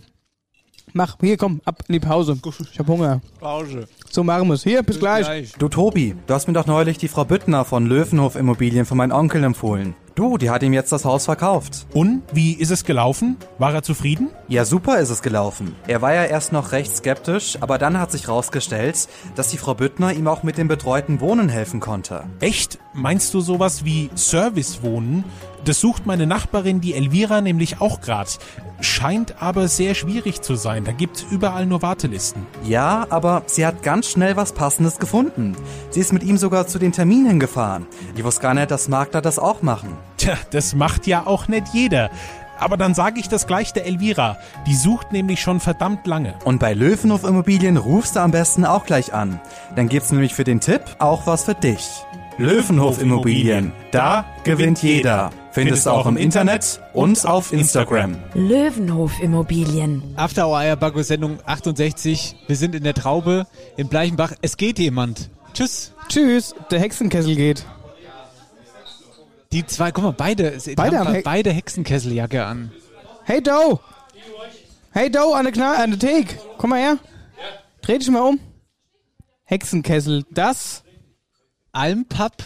S4: Mach, hier komm, ab in die Pause. Ich habe Hunger.
S5: Pause.
S4: So machen wir's. Hier, bis gleich.
S10: Du Tobi, du hast mir doch neulich die Frau Büttner von Löwenhof Immobilien von meinem Onkel empfohlen. Du, die hat ihm jetzt das Haus verkauft.
S11: Und wie ist es gelaufen? War er zufrieden?
S10: Ja, super ist es gelaufen. Er war ja erst noch recht skeptisch, aber dann hat sich rausgestellt, dass die Frau Büttner ihm auch mit dem betreuten Wohnen helfen konnte.
S11: Echt? Meinst du sowas wie Servicewohnen? Das sucht meine Nachbarin, die Elvira, nämlich auch grad. Scheint aber sehr schwierig zu sein. Da gibt's überall nur Wartelisten.
S10: Ja, aber sie hat ganz schnell was Passendes gefunden. Sie ist mit ihm sogar zu den Terminen gefahren. Ich wusste gar nicht, dass Makler das auch machen.
S11: Tja, das macht ja auch nicht jeder. Aber dann sage ich das gleich der Elvira. Die sucht nämlich schon verdammt lange.
S10: Und bei Löwenhof Immobilien rufst du am besten auch gleich an. Dann gibt's nämlich für den Tipp auch was für dich. Löwenhof Immobilien. Da gewinnt jeder. Findest du auch im Internet und auf Instagram.
S1: Löwenhof Immobilien.
S5: After Hour Eierbackos Sendung 68. Wir sind in der Traube in Bleichenbach. Es geht jemand. Tschüss.
S4: Tschüss, der Hexenkessel geht.
S5: Die zwei, guck mal, beide, sie
S4: Beide
S5: haben
S4: haben He-
S5: beide Hexenkesseljacke an.
S4: Hey Doe! Hey Doe, an der Knall, an der Theke. Komm mal her. Dreh dich mal um. Hexenkessel, das
S5: Almpapp.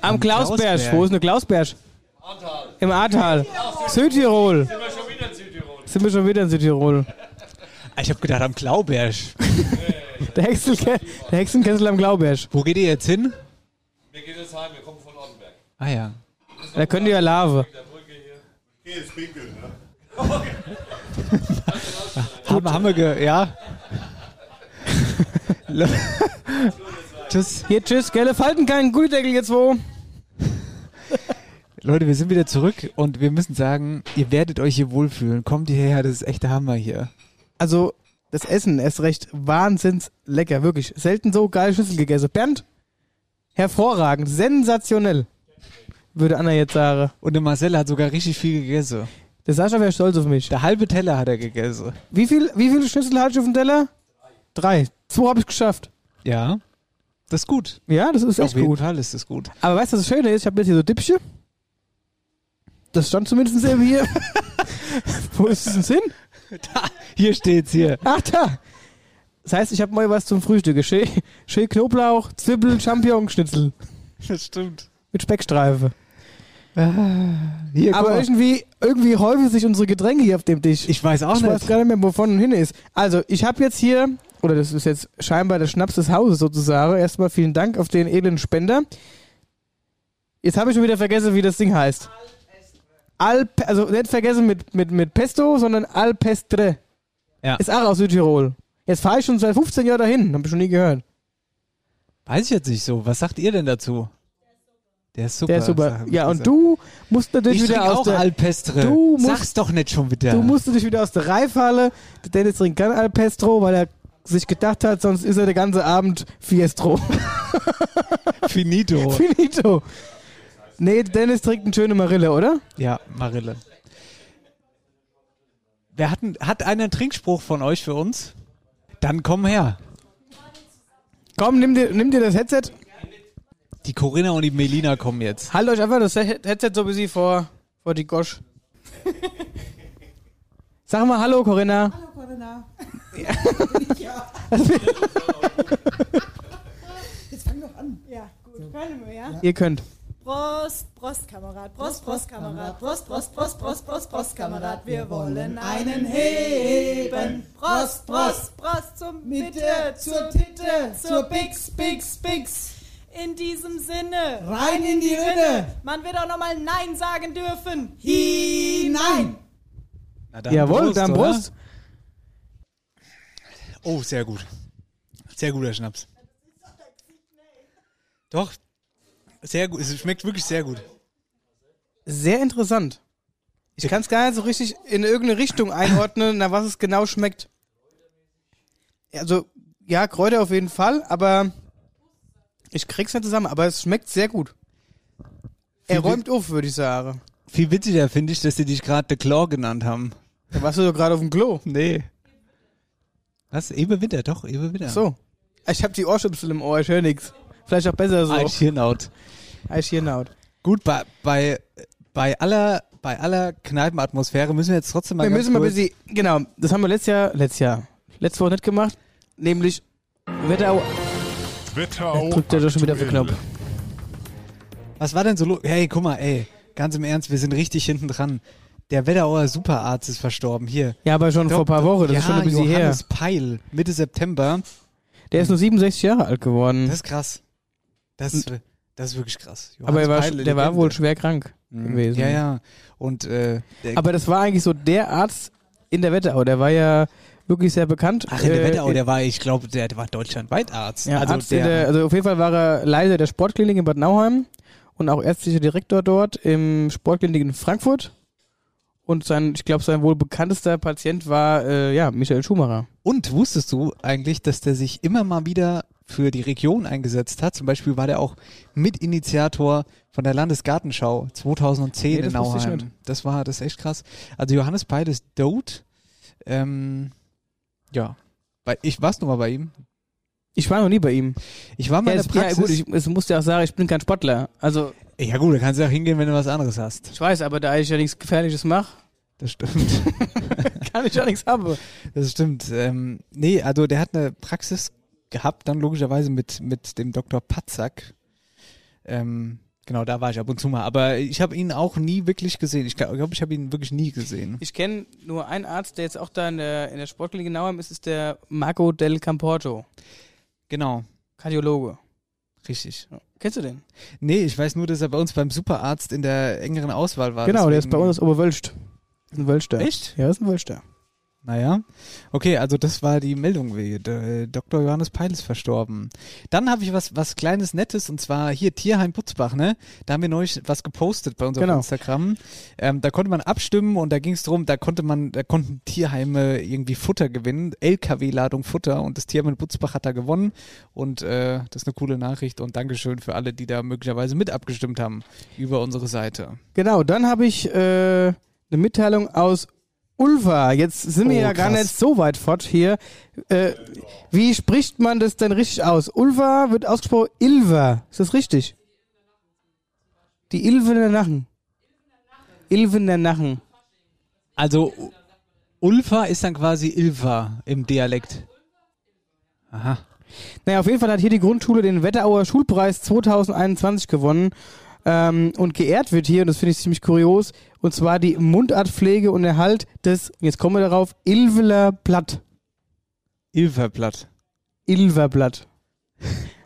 S4: am Klausberg.
S5: Klausberg.
S4: Wo ist eine Klausberg? Im Ahrtal. Südtirol. Sind wir schon wieder in Südtirol?
S5: Ah, Ich habe gedacht, am Klauberg.
S4: Der, Hexel, der Hexenkessel am Glaubersch.
S5: Wo geht ihr jetzt hin?
S12: Wir gehen jetzt heim, wir kommen von Ortenberg.
S5: Ah ja.
S4: Da könnt ihr ja Lave.
S12: Der Brücke hier. Geh jetzt pinkeln, ne?
S5: Haben, haben wir ge ja. Le- tschüss.
S4: Hier, tschüss, gelle Falten keinen Gullideckel jetzt wo.
S5: Leute, wir sind wieder zurück und wir müssen sagen, ihr werdet euch hier wohlfühlen. Kommt hierher, das ist echt der Hammer hier.
S4: Also, das Essen ist recht wahnsinns lecker, wirklich. Selten so geile Schnitzel gegessen. Bernd, hervorragend, sensationell, würde Anna jetzt sagen.
S5: Und der Marcel hat sogar richtig viel gegessen.
S4: Der Sascha wäre stolz auf mich.
S5: Der halbe Teller hat er gegessen.
S4: Wie viel, wie viele Schnitzel hatte ich auf dem Teller? Drei. Zwei habe ich geschafft.
S5: Ja. Das ist gut.
S4: Ja, das ist
S5: Auf
S4: echt
S5: jeden
S4: gut.
S5: Fall ist das gut.
S4: Aber weißt du, was das Schöne ist? Ich habe jetzt hier so Dippchen. Das stand zumindest eben hier. Wo ist es denn hin?
S5: Hier steht's hier.
S4: Ach da! Das heißt, ich habe mal was zum Frühstück. Schön, schön Knoblauch, Zwiebel, Champignon-Schnitzel
S5: Das stimmt.
S4: mit Speckstreife.
S5: Hier, guck
S4: Aber
S5: mal.
S4: irgendwie, irgendwie häufen sich unsere Getränke hier auf dem Tisch.
S5: ich weiß auch
S4: Ich weiß
S5: nicht.
S4: gar nicht mehr, wovon und hin ist. Also, ich habe jetzt hier, oder das ist jetzt scheinbar der Schnaps des Hauses sozusagen. Erstmal vielen Dank auf den edlen Spender. Jetzt habe ich schon wieder vergessen, wie das Ding heißt. Al, also nicht vergessen mit, mit, mit Pesto, sondern Alpestre.
S5: Ja.
S4: Ist auch aus Südtirol. Jetzt fahre ich schon seit 15 Jahren dahin. Habe ich schon nie gehört.
S5: Weiß ich jetzt nicht so. Was sagt ihr denn dazu? Der ist super.
S4: Der ist super.
S5: sag ich
S4: Ja, und
S5: gesagt.
S4: du musst natürlich
S5: Ich
S4: wieder
S5: trinke
S4: aus
S5: auch
S4: der,
S5: Alpestre.
S4: Du musst-
S5: Sag's doch nicht schon wieder.
S4: Du musst dich wieder aus der Reifhalle. Der Dennis trinkt kein Alpestro, weil er sich gedacht hat, sonst ist er den ganzen Abend Fiestro.
S5: Finito.
S4: Finito. Nee, Dennis trinkt eine schöne Marille, oder?
S5: Ja, Marille. Wer hat, n- hat einer einen Trinkspruch von euch für uns? Dann komm her.
S4: Komm, nimm dir, nimm dir das Headset.
S5: Die Corinna und die Melina kommen jetzt.
S4: Halt euch einfach das He- Headset so ein bisschen vor, vor die Gosch. Sag mal Hallo, Corinna. Hallo,
S8: Ja, gut. Können wir, ja?
S4: Ihr könnt.
S8: Prost, Prost, Kamerad, Prost, Prost, Kamerad, Prost, Prost, Prost, Prost, Prost, Prost, Kamerad, wir wollen einen heben. Prost, Prost, Prost, zum Mitte, zur Titte, zur Bix, Bix, Bix. In diesem Sinne. Rein in die Rinne. Man wird auch nochmal Nein sagen dürfen. Hinein.
S5: Na, dann
S4: Jawohl, dann
S5: oder?
S4: Prost.
S5: Oh, sehr gut. Sehr guter Schnaps. Doch, sehr gut. Es schmeckt wirklich sehr gut.
S4: Sehr interessant. Ich kann es gar nicht so richtig in irgendeine Richtung einordnen, nach was es genau schmeckt. Also, ja, Kräuter auf jeden Fall, aber ich krieg's nicht zusammen, aber es schmeckt sehr gut. Er
S5: Wie-
S4: räumt auf, würde ich sagen.
S5: Viel witziger finde ich, dass sie dich gerade The Claw genannt haben.
S4: Da warst du doch gerade auf dem Klo.
S5: Nee. Was? Ebe Winter, doch, Ebe Winter.
S4: So. Ich hab die Ohrschüpsel im Ohr, ich höre nix. Vielleicht auch besser so.
S5: Ein
S4: Ich
S5: Hirnaut.
S4: hier naut.
S5: Gut, bei, bei, bei aller, bei aller Kneipenatmosphäre müssen wir jetzt trotzdem mal.
S4: Wir
S5: ganz
S4: müssen mal ein
S5: kurz-
S4: bisschen, genau, das haben wir letztes Jahr, letztes Jahr, letztes Woche nicht gemacht, nämlich Wetterau.
S11: Wetterau.
S4: Drückt er doch schon wieder auf den Knopf.
S5: Was war denn so los? Hey, guck mal, ey, ganz im Ernst, wir sind richtig hinten dran. Der Wetterauer Superarzt ist verstorben. Hier.
S4: Ja, aber schon vor ein paar Wochen, das
S5: ja,
S4: ist schon ein bisschen her. Hm.
S5: Johannes Peil, Mitte September.
S4: Der ist nur 67 Jahre alt geworden.
S5: Das ist krass. Das ist, das ist wirklich krass.
S4: aber er war,
S5: Peil,
S4: der war
S5: Legende.
S4: wohl schwer krank
S5: Mhm.
S4: gewesen.
S5: Ja, ja. Und äh, der,
S4: Aber das war eigentlich so der Arzt in der Wetterau. Der war ja wirklich sehr bekannt.
S5: ach, in der
S4: Äh,
S5: Wetterau, der war, ich glaube, der, der war deutschlandweit Arzt.
S4: ja,
S5: also,
S4: Arzt
S5: der,
S4: in der, also auf jeden Fall war er Leiter der Sportklinik in Bad Nauheim und auch ärztlicher Direktor dort im Sportklinik in Frankfurt. Und sein, ich glaube, sein wohl bekanntester Patient war äh, ja, Michael Schumacher.
S5: Und wusstest du eigentlich, dass der sich immer mal wieder für die Region eingesetzt hat? Zum Beispiel war der auch Mitinitiator von der Landesgartenschau 2010
S4: Nee, das
S5: in
S4: wusste ich
S5: Nauheim.
S4: nicht.
S5: Das war das ist echt krass. Also Johannes Peil ist tot. Ähm, ja, Bei- ich war's nur mal bei ihm.
S4: Ich war noch nie bei ihm.
S5: Ich war mal
S4: Ja,
S5: in
S4: es,
S5: der
S4: ja
S5: Praxis.
S4: gut, ich, es muss ja auch sagen, ich bin kein Sportler. Also,
S5: ja gut, da kannst du auch hingehen, wenn du was anderes hast.
S4: ich weiß, aber da ich ja nichts Gefährliches mache,
S5: Das stimmt.
S4: kann ich ja nichts haben.
S5: Das stimmt. Ähm, nee, also der hat eine Praxis gehabt, dann logischerweise mit, mit dem Dr. Patzak. Ähm, Genau, da war ich ab und zu mal. Aber ich habe ihn auch nie wirklich gesehen. Ich glaube, ich habe ihn wirklich nie gesehen.
S4: Ich kenne nur einen Arzt, der jetzt auch da in der, in der Sportklinik in Nauheim ist, ist der Marco del Camporto.
S5: Genau.
S4: Kardiologe.
S5: Richtig.
S4: Kennst du den?
S5: Nee, ich weiß nur, dass er bei uns beim Superarzt in der engeren Auswahl war.
S4: genau, der ist
S5: Deswegen-
S4: bei uns aus Oberwölscht. Ist Ein Wölschter.
S5: Echt?
S4: Ja, ist ein Wölschter.
S5: Naja. Okay, also das war die Meldung. wie, äh, Dr. Johannes Peil ist verstorben. Dann habe ich was, was Kleines Nettes und zwar hier Tierheim Putzbach, ne? Da haben wir neulich was gepostet bei uns
S4: Genau.
S5: auf Instagram. Ähm, da konnte man abstimmen und da ging es darum, da konnte man, da konnten Tierheime irgendwie Futter gewinnen, LKW-Ladung Futter und das Tierheim in Putzbach hat da gewonnen. Und äh, das ist eine coole Nachricht und Dankeschön für alle, die da möglicherweise mit abgestimmt haben über unsere Seite.
S4: Genau, dann habe ich äh, eine Mitteilung aus Ulva. Jetzt sind wir
S5: Oh,
S4: ja gar
S5: krass.
S4: nicht so weit fort hier. Äh, wie spricht man das denn richtig aus? Ulva wird ausgesprochen Ilva. Ist das richtig? Die Ilvener Nachen. Ilvener Nachen.
S5: Also U- Ulfa ist dann quasi Ilva im Dialekt. Aha.
S4: Naja, auf jeden Fall hat hier die Grundschule den Wetterauer Schulpreis 2021 gewonnen. Ähm, und geehrt wird hier, und das finde ich ziemlich kurios, und zwar die Mundartpflege und Erhalt des, jetzt kommen wir darauf, Ilveler Blatt.
S5: Ilverblatt.
S4: Ilverblatt.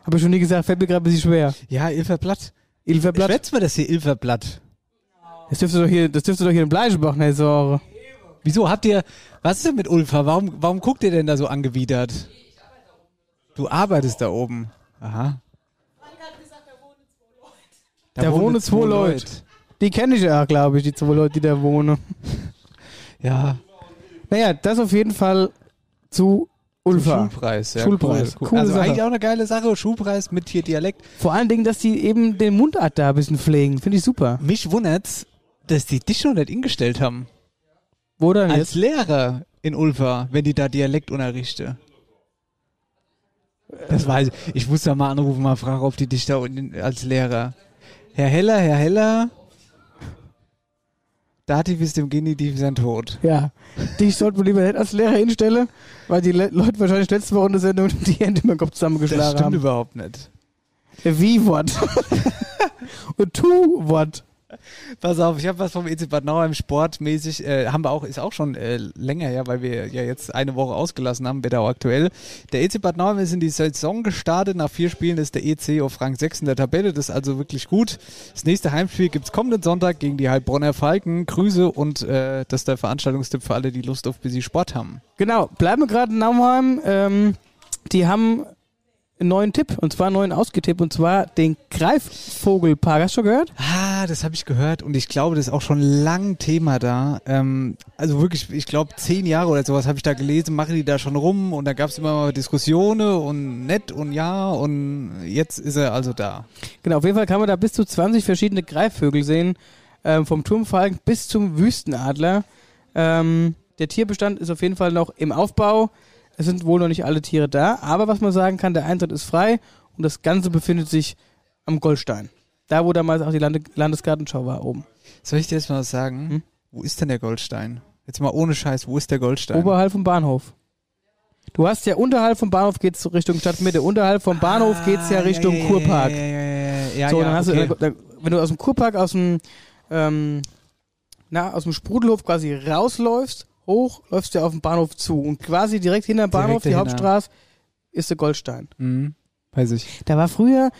S4: Habe ich schon nie gesagt, fällt mir gerade ein bisschen schwer.
S5: Ja, Ilverblatt.
S4: Ilverblatt.
S5: Schätzt mir das hier Ilverblatt.
S4: Das dürfte doch hier, das dürfte doch hier in Bleichbach nicht so.
S5: Wieso habt ihr, was ist denn mit Ulfa? Warum, warum guckt ihr denn da so angewidert? Du arbeitest da oben. Aha.
S4: Da wohnen zwei Leute. Die kenne ich ja, glaube ich, die zwei Leute, die da wohnen.
S5: Ja,
S4: Naja, das auf jeden Fall zu Ulfa.
S5: Schulpreis. Ja,
S4: Schulpreis,
S5: Cool, cool.
S4: coole
S5: Also
S4: Sache.
S5: eigentlich auch eine geile Sache, Schulpreis mit hier Dialekt.
S4: Vor allen Dingen, dass die eben den Mundart da ein bisschen pflegen. Finde ich super.
S5: Mich wundert's, dass die dich noch nicht ingestellt haben.
S4: Wo denn
S5: Als
S4: jetzt?
S5: Lehrer in Ulfa, wenn die da Dialekt unterrichte. Das weiß ich. Ich muss da mal anrufen, mal fragen, ob die dich da unten als Lehrer. Herr Heller, Herr Heller. Dativ ist dem Genitiv sein Tod.
S4: Ja. Dich sollten wir lieber nicht als Lehrer hinstellen, weil die Le Leute wahrscheinlich letzte Woche in der Sendung die Hände im Kopf
S5: Das
S4: zusammengeschlagen
S5: stimmt
S4: haben. Äh,
S5: überhaupt nicht.
S4: Wie what? Und tu what?
S5: Pass auf, ich habe was vom EC Bad Nauheim sportmäßig, äh, haben wir auch, ist auch schon äh, länger her, weil wir ja jetzt eine Woche ausgelassen haben, Wetterau aktuell. Der EC Bad Nauheim ist in die Saison gestartet, nach vier Spielen ist der EC auf Rang 6 in der Tabelle, das ist also wirklich gut. Das nächste Heimspiel gibt's kommenden Sonntag gegen die Heilbronner Falken. Grüße und äh, das ist der Veranstaltungstipp für alle, die Lust auf Busy Sport haben.
S4: Genau, bleiben wir gerade in Nauheim. Ähm, die haben einen neuen Tipp, und zwar einen neuen ausgetippt, und zwar den Greifvogelpark. Hast du schon gehört?
S5: Ah, das habe ich gehört und ich glaube, das ist auch schon lang Thema da. Ähm, also wirklich, ich glaube, zehn Jahre oder sowas habe ich da gelesen, machen die da schon rum und da gab es immer mal Diskussionen und nett und ja und jetzt ist er also da.
S4: Genau, auf jeden Fall kann man da bis zu 20 verschiedene Greifvögel sehen, ähm, vom Turmfalken bis zum Wüstenadler. Ähm, der Tierbestand ist auf jeden Fall noch im Aufbau. Es sind wohl noch nicht alle Tiere da, aber was man sagen kann, der Eintritt ist frei und das Ganze befindet sich am Goldstein. Da, wo damals auch die Lande Landesgartenschau war, oben.
S5: Soll ich dir jetzt mal was sagen?
S4: Hm?
S5: Wo ist denn der Goldstein? Jetzt mal ohne Scheiß, wo ist der Goldstein?
S4: Oberhalb vom Bahnhof. Du hast ja unterhalb vom Bahnhof geht's so Richtung Stadtmitte. Unterhalb vom Bahnhof geht's Ah, ja Richtung Kurpark.
S5: Ah, Ja, ja, ja, ja, ja,
S4: so,
S5: ja,
S4: dann hast
S5: okay.
S4: du, dann- dann- wenn du aus dem Kurpark, aus dem, ähm, na, aus dem Sprudelhof quasi rausläufst, hoch, läufst du ja auf den Bahnhof zu. Und quasi direkt hinter dem
S5: Direkt
S4: Bahnhof, die
S5: dahinter.
S4: Hauptstraße, ist der Goldstein.
S5: Mhm, weiß ich.
S4: Da war früher,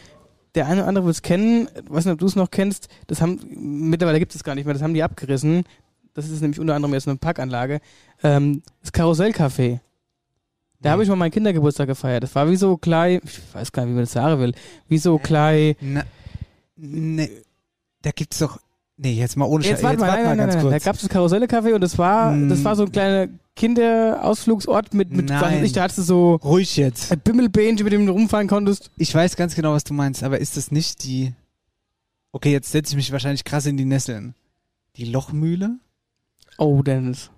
S4: der eine oder andere wird es kennen, weiß nicht, ob du es noch kennst, das haben, mittlerweile gibt es gar nicht mehr, das haben die abgerissen. Das ist nämlich unter anderem jetzt eine Parkanlage. Ähm, das Karussellcafé. Da habe ich mal meinen Kindergeburtstag gefeiert. Das war wie so klein, ich weiß gar nicht, wie man das sagen will, wie so klein.
S5: Na, ne, da gibt's doch. Nee, jetzt mal Hm. ohne Scheiß.
S4: Jetzt warte mal, nein, nein, nein, nein. da gab es das Karussellcafé und das war, das war so ein kleiner Kinderausflugsort mit, mit was weiß
S5: Nein.
S4: ich, da hattest du so
S5: Ruhig jetzt.
S4: ein Bimmelbähnchen, mit dem du rumfahren konntest.
S5: Ich weiß ganz genau, was du meinst, aber ist das nicht die. Okay, jetzt setze ich mich wahrscheinlich krass in die Nesseln. Die Lochmühle?
S4: Oh, Dennis.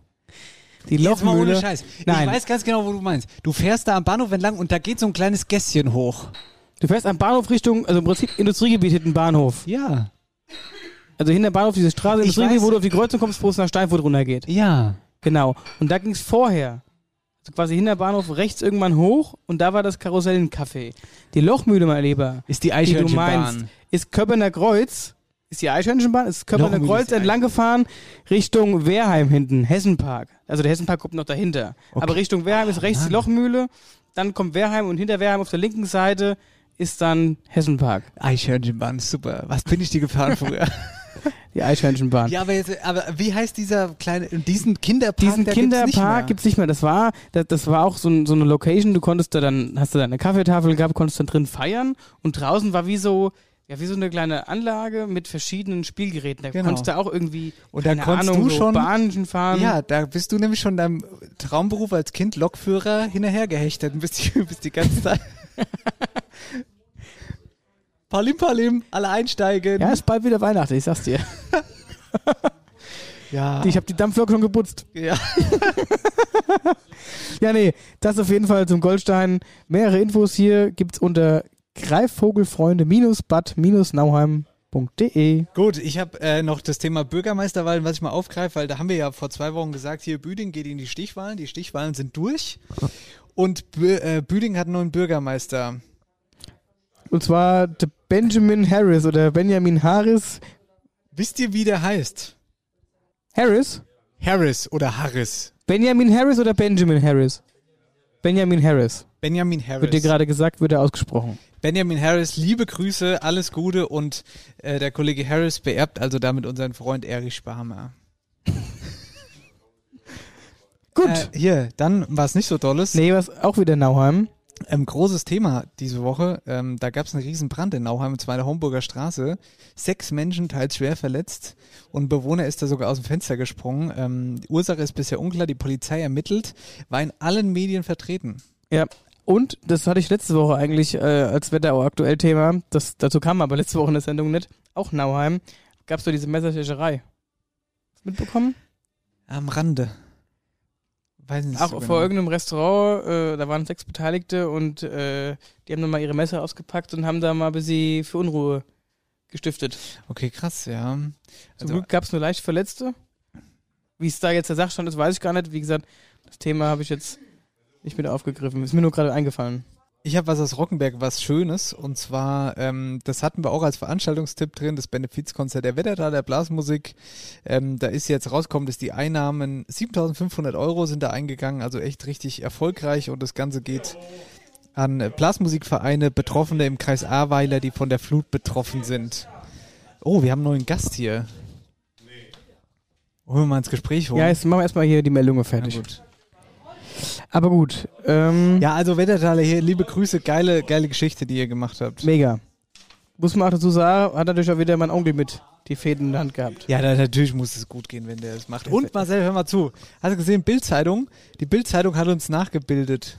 S4: Die
S5: Jetzt mal ohne
S4: Lochmühle.
S5: Scheiß.
S4: Nein.
S5: Ich weiß ganz genau, wo du meinst. Du fährst da am Bahnhof entlang und da geht so ein kleines Gässchen hoch.
S4: Du fährst am Bahnhof Richtung, also im Prinzip Industriegebiet hinten Bahnhof.
S5: Ja.
S4: Also hinter dem Bahnhof diese Straße,
S5: Ich
S4: Industriegebiet,
S5: weiß.
S4: wo du auf die Kreuzung kommst, wo es nach Steinfurt runtergeht.
S5: Ja.
S4: Genau. Und da ging es vorher. so quasi Hinterbahnhof rechts irgendwann hoch und da war das Karussellencafé. Die Lochmühle, mein Lieber,
S5: Ist die
S4: du
S5: Eichhörnchenbahn.
S4: meinst, ist Köppener Kreuz, ist die Eichhörnchenbahn, ist Köppener
S5: Lochmühle
S4: Kreuz
S5: ist die
S4: entlang gefahren Richtung Wehrheim hinten, Hessenpark. Also der Hessenpark kommt noch dahinter.
S5: Okay. Ah,
S4: Aber Richtung Wehrheim ist rechts die Lochmühle, dann kommt Wehrheim und hinter Wehrheim auf der linken Seite ist dann Hessenpark.
S5: Eichhörnchenbahn, super. Was bin ich die gefahren früher?
S4: Die Eichhörnchenbahn.
S5: ja, aber, jetzt, aber wie heißt dieser kleine, diesen
S4: Diesen
S5: Kinderpark? da gibt's nicht mehr.
S4: Kinderpark gibt's nicht mehr. Das war, das, das war auch so, ein, so eine Location. Du konntest da dann, hast du da eine Kaffeetafel gehabt, konntest dann drin feiern und draußen war wie so, ja, wie so eine kleine Anlage mit verschiedenen Spielgeräten. Da
S5: Genau.
S4: konntest du auch irgendwie
S5: Und da
S4: keine
S5: konntest
S4: Ahnung,
S5: du
S4: so
S5: schon-
S4: Bahnchen fahren.
S5: Ja, da bist du nämlich schon deinem Traumberuf als Kind Lokführer hinterhergehechtet und bist die, bist die ganze Zeit. palim, palim, alle einsteigen.
S4: ja, ist bald wieder Weihnachten, ich sag's dir.
S5: ja.
S4: Ich habe die Dampflok schon geputzt.
S5: ja.
S4: Ja, nee, das auf jeden Fall zum Goldstein. Mehrere Infos hier gibt's unter greifvogelfreunde-bad-nauheim.de.
S5: Gut, ich habe äh, noch das Thema Bürgermeisterwahlen, was ich mal aufgreife, weil da haben wir ja vor zwei Wochen gesagt, hier Büding geht in die Stichwahlen, die Stichwahlen sind durch. Und Bü äh, Büding hat einen neuen Bürgermeister.
S4: Und zwar der Benjamin Harris oder Benjamin Harris.
S5: Wisst ihr, wie der heißt?
S4: Harris?
S5: Harris oder Harris?
S4: Benjamin Harris oder Benjamin Harris? Benjamin Harris.
S5: Benjamin Harris.
S4: Wird dir gerade gesagt, wird er ausgesprochen.
S5: Benjamin Harris, liebe Grüße, alles Gute und äh, der Kollege Harris beerbt also damit unseren Freund Erich Sparmer.
S4: Gut.
S5: Äh, hier, dann war es nicht so tolles.
S4: nee, was auch wieder Nauheim.
S5: Ähm, großes Thema diese Woche. Ähm, da gab es einen riesen Brand in Nauheim, und zwar in der Homburger Straße. Sechs Menschen teils schwer verletzt und ein Bewohner ist da sogar aus dem Fenster gesprungen. Ähm, die Ursache ist bisher unklar. Die Polizei ermittelt, war in allen Medien vertreten.
S4: Ja. Und, das hatte ich letzte Woche eigentlich äh, als Wetterau aktuell Thema, das dazu kam aber letzte Woche in der Sendung nicht, auch Nauheim, gab es so diese Messerstecherei. Hast du Mitbekommen?
S5: Am Rande. Weiß nicht
S4: Auch
S5: so
S4: vor
S5: genau.
S4: irgendeinem Restaurant, äh, da waren sechs Beteiligte und äh, die haben dann mal ihre Messer ausgepackt und haben da mal ein bisschen für Unruhe gestiftet.
S5: Okay, krass, ja.
S4: Zum
S5: Also-
S4: Glück gab es nur leicht Verletzte. Wie es da jetzt der Sachstand ist, weiß ich gar nicht. Wie gesagt, das Thema habe ich jetzt nicht mit aufgegriffen. Ist mir nur gerade eingefallen.
S5: Ich habe was aus Rockenberg, was Schönes. Und zwar, ähm, das hatten wir auch als Veranstaltungstipp drin, das Benefizkonzert der Wettertal der Blasmusik. Ähm, da ist jetzt rausgekommen, dass die Einnahmen 7500 Euro sind da eingegangen, also echt richtig erfolgreich. Und das Ganze geht an äh, Blasmusikvereine, Betroffene im Kreis Ahrweiler, die von der Flut betroffen sind. Oh, wir haben einen neuen Gast hier. Wollen wir mal ins Gespräch holen?
S4: Ja, jetzt machen wir erstmal hier die Meldungen
S5: Na
S4: fertig.
S5: gut.
S4: Aber gut, ähm,
S5: ja also Wettertaler hier, liebe Grüße, geile, geile Geschichte, die ihr gemacht habt.
S4: mega. Muss man auch dazu sagen, hat natürlich auch wieder mein Onkel mit die Fäden in der Hand gehabt.
S5: Ja, da, natürlich muss es gut gehen, wenn der es macht. Und Marcel, hör mal zu. Hast du gesehen, Bildzeitung? Die Bildzeitung hat uns nachgebildet.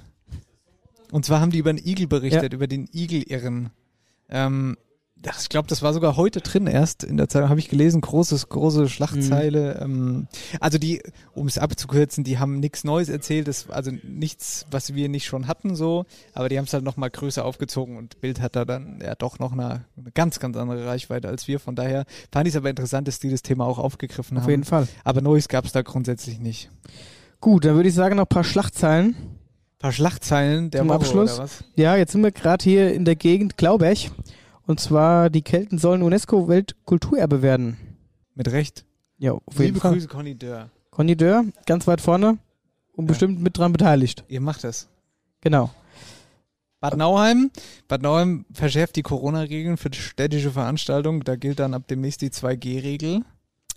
S5: Und zwar haben die über den Igel berichtet, über den Igel-Irren. Ähm, das, ich glaube, das war sogar heute drin erst in der Zeitung, habe ich gelesen. Großes, große
S4: Mhm.
S5: Schlagzeile. Ähm, also die, um es abzukürzen, die haben nichts Neues erzählt, das, also nichts, was wir nicht schon hatten so, aber die haben es halt nochmal größer aufgezogen und Bild hat da dann ja doch noch eine, eine ganz, ganz andere Reichweite als wir. Von daher fand ich es aber interessant, dass die das Thema auch aufgegriffen
S4: Auf
S5: haben.
S4: jeden Fall.
S5: Aber Neues gab es da grundsätzlich nicht.
S4: Gut, dann würde ich sagen, noch ein paar Schlachtzeilen.
S5: Ein paar Schlachtzeilen der
S4: Zum
S5: Woche
S4: Abschluss?
S5: oder was?
S4: Ja, jetzt sind wir gerade hier in der Gegend Glaubech. Und zwar, die Kelten sollen UNESCO-Weltkulturerbe werden.
S5: Mit Recht.
S4: Ja, auf jeden
S5: Liebe
S4: Fall.
S5: Grüße, Conny Dörr.
S4: Konditeur, ganz weit vorne und
S5: Ja.
S4: bestimmt mit dran beteiligt.
S5: Ihr macht das.
S4: Genau.
S5: Bad Nauheim. Bad Nauheim verschärft die Corona-Regeln für städtische Veranstaltungen. Da gilt dann ab demnächst die 2G-Regel.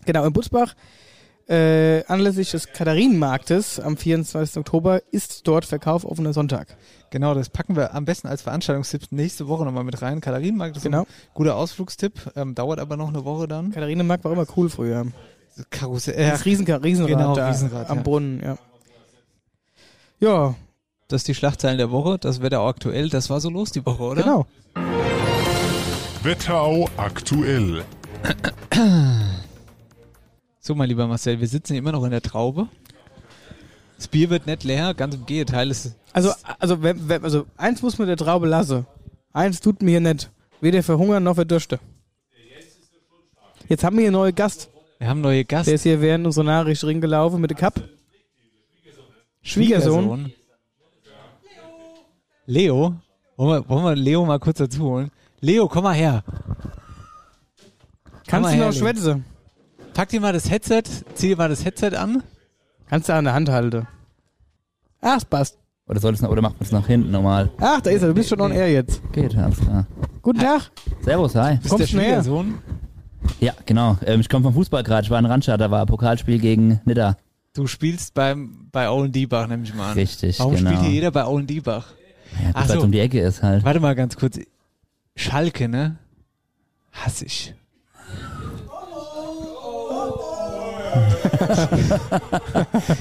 S4: Genau, in Butzbach, äh, anlässlich des Katharinenmarktes am 24. Oktober ist dort Verkauf offener Sonntag.
S5: Genau, das packen wir am besten als Veranstaltungstipp nächste Woche nochmal mit rein. Katharinenmarkt ist
S4: Genau.
S5: ein guter Ausflugstipp, ähm, dauert aber noch eine Woche dann.
S4: Katharinenmarkt war immer cool früher.
S5: Karussell.
S4: Das Riesen Riesenrad,
S5: genau,
S4: da
S5: Riesenrad,
S4: am
S5: ja.
S4: Brunnen, ja. Ja,
S5: das ist die Schlagzeilen der Woche, das Wetter auch aktuell, das war so los die Woche, oder?
S4: genau.
S13: Wetterau aktuell.
S5: So, mein lieber Marcel, wir sitzen hier immer noch in der Traube. Das Bier wird nicht leer, ganz im Gegenteil. Es,
S4: Also, also, wenn, wenn, also eins muss man der Traube lassen. Eins tut mir hier nicht. Weder verhungern noch verdürste. Jetzt haben wir hier einen neuen Gast.
S5: wir haben neue Gast.
S4: Der ist hier während unserer Nachricht ringelaufen mit der Cup. Schwiegersohn.
S5: Leo, wollen wir, wollen wir Leo mal kurz dazu holen? Leo, komm mal her. Komm
S4: Kannst
S5: mal
S4: du noch
S5: her, Leo.
S4: schwätze?
S5: Pack dir mal das Headset, zieh dir mal das Headset an.
S4: Kannst du an der Hand halten. Ach, es passt.
S13: Oder soll es noch, oder macht man es nach hinten normal?
S4: Ach, da ist er. Du bist schon on air jetzt.
S13: Geht, alles klar.
S4: Guten Tag.
S13: Servus, hi.
S4: Bist Kommst der schnell. Schwiegersohn?
S13: Ja, genau. Ähm, ich komme vom Fußball gerade. Ich war in Randstadt, da war Pokalspiel gegen Nidda.
S5: Du spielst beim, bei Owen Diebach, nehme ich mal an.
S13: Richtig,
S5: Warum
S13: genau.
S5: spielt hier jeder bei Owen Diebach?
S13: Ja,
S5: Ach
S13: das so.
S5: so.
S13: um die Ecke ist halt.
S5: Warte mal ganz kurz. Schalke, ne? Hass ich.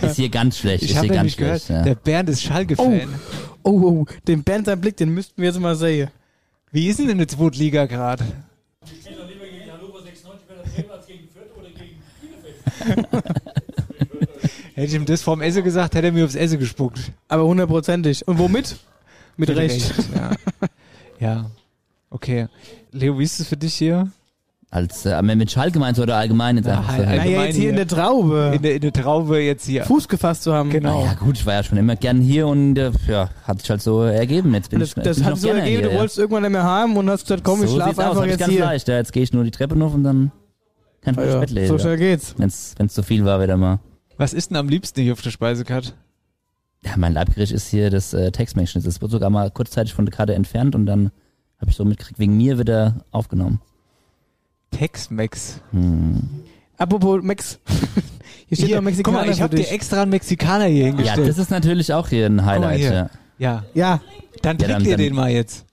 S13: ist hier ganz schlecht.
S5: Ich
S13: ist
S5: habe
S13: hier ganz
S5: nämlich
S13: schlecht.
S5: gehört,
S13: Ja.
S5: der Bernd ist Schalke-Fan.
S4: Oh, oh, den Bernd sein Blick, den müssten wir jetzt mal sehen.
S5: Wie ist denn denn die Zweitliga gerade? Hätte ich ihm das vorm Esse gesagt, hätte er mir aufs Esse gespuckt.
S4: Aber hundertprozentig. Und womit? Mit Recht.
S5: ja. ja. Okay. Leo, wie ist es für dich hier?
S13: Als, äh, mit Schalke meinst du oder allgemein jetzt einfach? so?
S4: Naja, jetzt hier in der Traube.
S5: In der, in der Genau. Traube jetzt hier.
S4: Fuß gefasst zu haben.
S13: Ah ja, gut, ich war ja schon immer gern hier und äh, ja, hat sich halt so ergeben. Jetzt bin
S4: Das,
S13: ich jetzt
S4: das
S13: bin ich
S4: hat
S13: noch
S4: so
S13: gerne
S4: ergeben,
S13: hier,
S4: du wolltest irgendwann nicht mehr haben und hast gesagt, komm, ich
S13: so
S4: schlaf
S13: sieht's aus,
S4: einfach
S13: hab ich
S4: jetzt
S13: ganz
S4: hier.
S13: leicht. Ja, jetzt gehe ich nur die Treppe noch und dann kann ich mich
S4: Ah ja,
S13: ins Bett legen.
S4: so schnell geht's.
S13: Wenn's, wenn's zu viel war wieder mal.
S5: Was ist denn am liebsten hier auf der Speisekarte?
S13: Ja, mein Leibgericht ist hier das äh, Tex-Mex-Schnitzel. Das wurde sogar mal kurzzeitig von der Karte entfernt und dann habe ich so mitgekriegt, wegen mir wieder aufgenommen.
S5: Tex-Mex.
S13: Hm.
S4: Apropos Mex. Hier steht
S5: Hier,
S4: noch Mexikaner
S5: guck mal, ich
S4: für
S5: hab dir
S4: dich.
S5: extra einen Mexikaner hier
S13: Ja,
S5: hingestellt.
S13: das ist natürlich auch hier ein
S5: Guck mal
S13: Highlight.
S5: hier.
S13: Ja.
S5: Ja.
S4: Ja.
S5: Dann
S13: Ja,
S5: trinkt
S13: dann-
S5: ihr
S13: dann-
S5: den mal jetzt.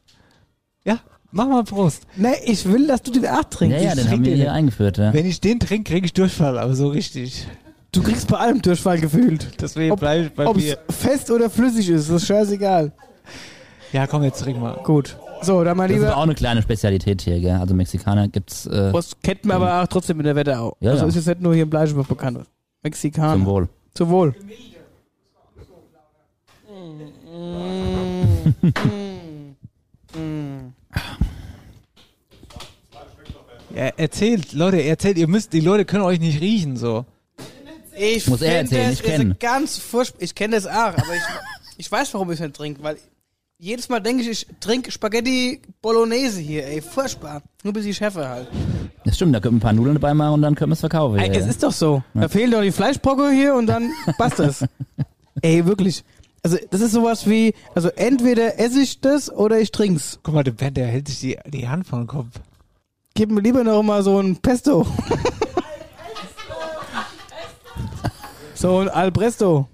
S5: Ja, mach mal Prost.
S4: Nee, ich will, dass du den Art trinkst.
S13: Ja, ja,
S4: Ich
S13: den
S4: trink
S13: haben wir
S4: den
S13: hier eingeführt. Ja.
S5: Wenn ich den trinke, kriege ich Durchfall, aber so richtig.
S4: Du kriegst bei allem Durchfall gefühlt.
S5: Deswegen
S4: Ob-
S5: bleibe ich bei
S4: Ob es
S5: mir.
S4: fest oder flüssig ist, ist scheißegal.
S5: Ja, komm, jetzt trink mal.
S4: Gut. So, dann mal
S13: Das ist aber
S4: lieber.
S13: auch eine kleine Spezialität hier, gell? Also Mexikaner gibt's äh,
S4: Was kennt man aber auch trotzdem in der Wetterau.
S13: Ja,
S4: also
S13: ja.
S4: ist jetzt nicht nur hier im Bleichbach bekannt. Mexikaner.
S13: zum Wohl.
S4: Zum Wohl.
S5: Ja, erzählt, Leute, erzählt, ihr müsst, die Leute können euch nicht riechen, so.
S4: Ich
S13: Muss er
S4: finde,
S13: erzählen,
S4: das
S13: ich
S4: ist
S13: kenn.
S4: ein ganz furchtbar. Ich kenne das auch, aber ich, ich weiß, warum ich es nicht trinke, weil jedes Mal denke ich, ich trinke Spaghetti Bolognese hier, ey, furchtbar. Nur bis ich Schärfe halt.
S13: Das stimmt, da können wir ein paar Nudeln dabei machen und dann können wir es verkaufen.
S4: Ey,
S13: hier.
S4: es ist doch so. Da fehlt doch die Fleischbrocke hier und dann passt das. ey, wirklich. Also, das ist sowas wie, also entweder esse ich das oder ich trink's.
S5: Guck mal, der Bernd, der hält sich die, die Hand vor den Kopf.
S4: Gib mir lieber noch mal so ein Pesto. so ein Alpresto.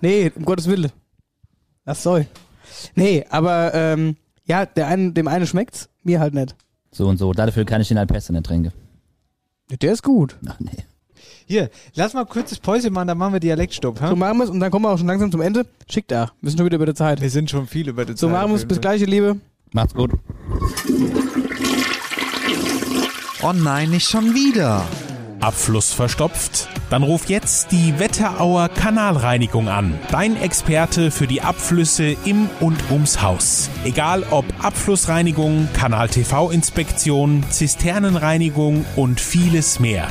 S4: Nee, um Gottes Willen. Das soll. Nee, aber ähm, ja, der einen, dem einen schmeckt's, mir halt nicht.
S13: So und so. Dafür kann ich den halt Peste nicht trinken.
S4: Der ist gut.
S13: Ach nee.
S5: Hier, lass mal kurzes Päuschen machen, dann machen wir Dialektstopp,
S4: So
S5: ha?
S4: machen wir's und dann kommen wir auch schon langsam zum Ende. Schick da. Wir sind schon wieder über der Zeit.
S5: Wir sind schon viel über die
S4: So
S5: Zeit
S4: machen
S5: auf
S4: wir's.
S5: jeden
S4: Bis
S5: Fall.
S4: gleich, ihr Liebe.
S13: Macht's gut.
S10: Oh nein, nicht schon wieder.
S11: Abfluss verstopft? Dann ruf jetzt die Wetterauer Kanalreinigung an. Dein Experte für die Abflüsse im und ums Haus. Egal ob Abflussreinigung, Kanal-TV-Inspektion, Zisternenreinigung und vieles mehr.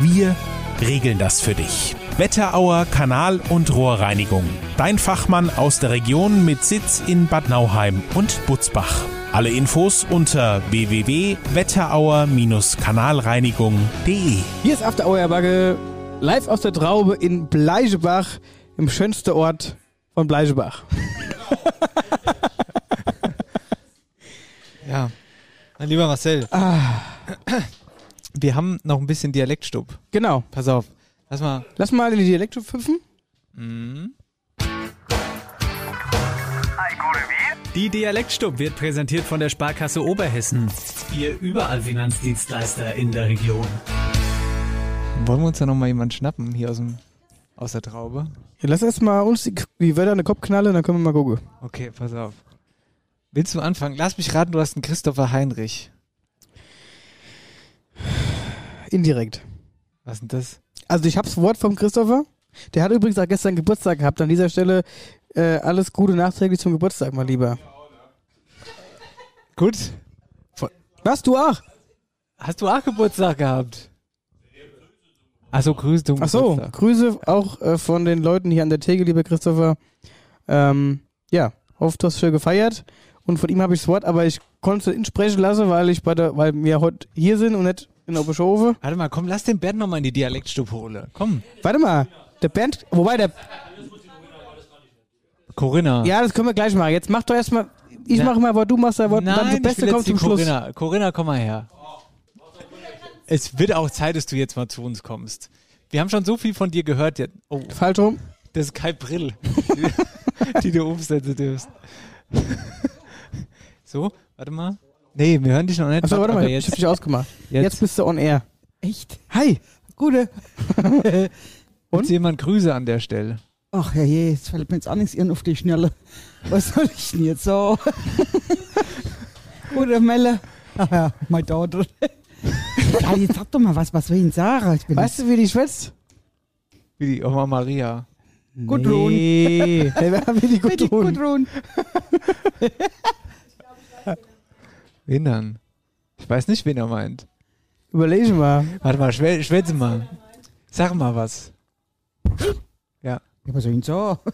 S11: Wir regeln das für dich. Wetterauer Kanal- und Rohrreinigung. Dein Fachmann aus der Region mit Sitz in Bad Nauheim und Butzbach. Alle Infos unter www.wetterauer-kanalreinigung.de.
S4: Hier ist After Hour Bagge, live aus der Traube in Bleichebach, im schönsten Ort von Bleichebach.
S5: Ja. Mein lieber Marcel. Wir haben noch ein bisschen Dialektstopp.
S4: Genau.
S5: Pass auf. Lass mal.
S4: Lass mal in die Dialekte pfiffen.
S7: Die Dialektstub wird präsentiert von der Sparkasse Oberhessen. Ihr überall Finanzdienstleister in der Region.
S5: Wollen wir uns da nochmal jemanden schnappen hier aus, dem, aus der Traube?
S4: Ja, lass erst mal uns die, die Wörter in den Kopf knallen, dann können wir mal gucken.
S5: Okay, pass auf. Willst du anfangen? Lass mich raten, du hast einen Christopher Heinrich.
S4: Indirekt.
S5: Was denn das?
S4: Also ich hab's Wort vom Christopher. Der hat übrigens auch gestern Geburtstag gehabt. An dieser Stelle äh, alles Gute nachträglich zum Geburtstag, mein Lieber.
S5: Gut.
S4: Was, du auch?
S5: Hast du auch Geburtstag gehabt? Achso, Grüße zum
S4: Ach so,
S5: Geburtstag.
S4: Grüße auch äh, von den Leuten hier an der Theke, lieber Christopher. Ähm, ja, auf das schön gefeiert und von ihm habe ich das Wort, aber ich konnte es nicht sprechen lassen, weil ich bei der, weil wir heute hier sind und nicht in der Bischofe.
S5: Warte mal, komm, lass den Bernd nochmal in die Dialektstube holen. Komm.
S4: Warte mal, der Bernd, wobei der,
S5: Corinna.
S4: ja, das können wir gleich machen. Jetzt mach doch erstmal, ich
S5: Na-
S4: mache mal, was du machst, aber dann das
S5: Nein, ich
S4: Beste
S5: will
S4: kommt
S5: jetzt die
S4: zum Schluss.
S5: Corinna. Corinna, komm mal her. Es wird auch Zeit, dass du jetzt mal zu uns kommst. Wir haben schon so viel von dir gehört. jetzt- Oh,
S4: Falsch rum.
S5: das ist Kai Brill, die du umsetzen darfst. So, warte mal. Nee, wir hören dich noch nicht.
S4: Achso, warte mal,
S5: aber
S4: ich
S5: jetzt.
S4: hab dich ausgemacht.
S5: Jetzt.
S4: Jetzt. bist du on air.
S14: Echt?
S4: Hi. Gute.
S5: Und jemand Grüße an der Stelle.
S14: Ach ja, je, jetzt fällt mir jetzt auch nichts Irren auf die Schnelle. Was soll ich denn jetzt so? Oder Melle? Ach ja, meine Tochter. ja, jetzt sag doch mal was, was will ich Ihnen sagen? Ich bin
S4: Weißt du, wie die schwätzt?
S5: Wie die Oma Maria.
S14: Gudrun.
S4: Nee. Hey, wer haben wir die
S14: Wie die
S4: Gudrun?
S14: Gudrun.
S5: Wen dann? Ich weiß nicht, wen er meint.
S4: Überlege mal.
S5: Warte mal, schwä- schwätze mal. Sag mal was. Ja.
S14: Ja, was soll ich Ihnen sagen?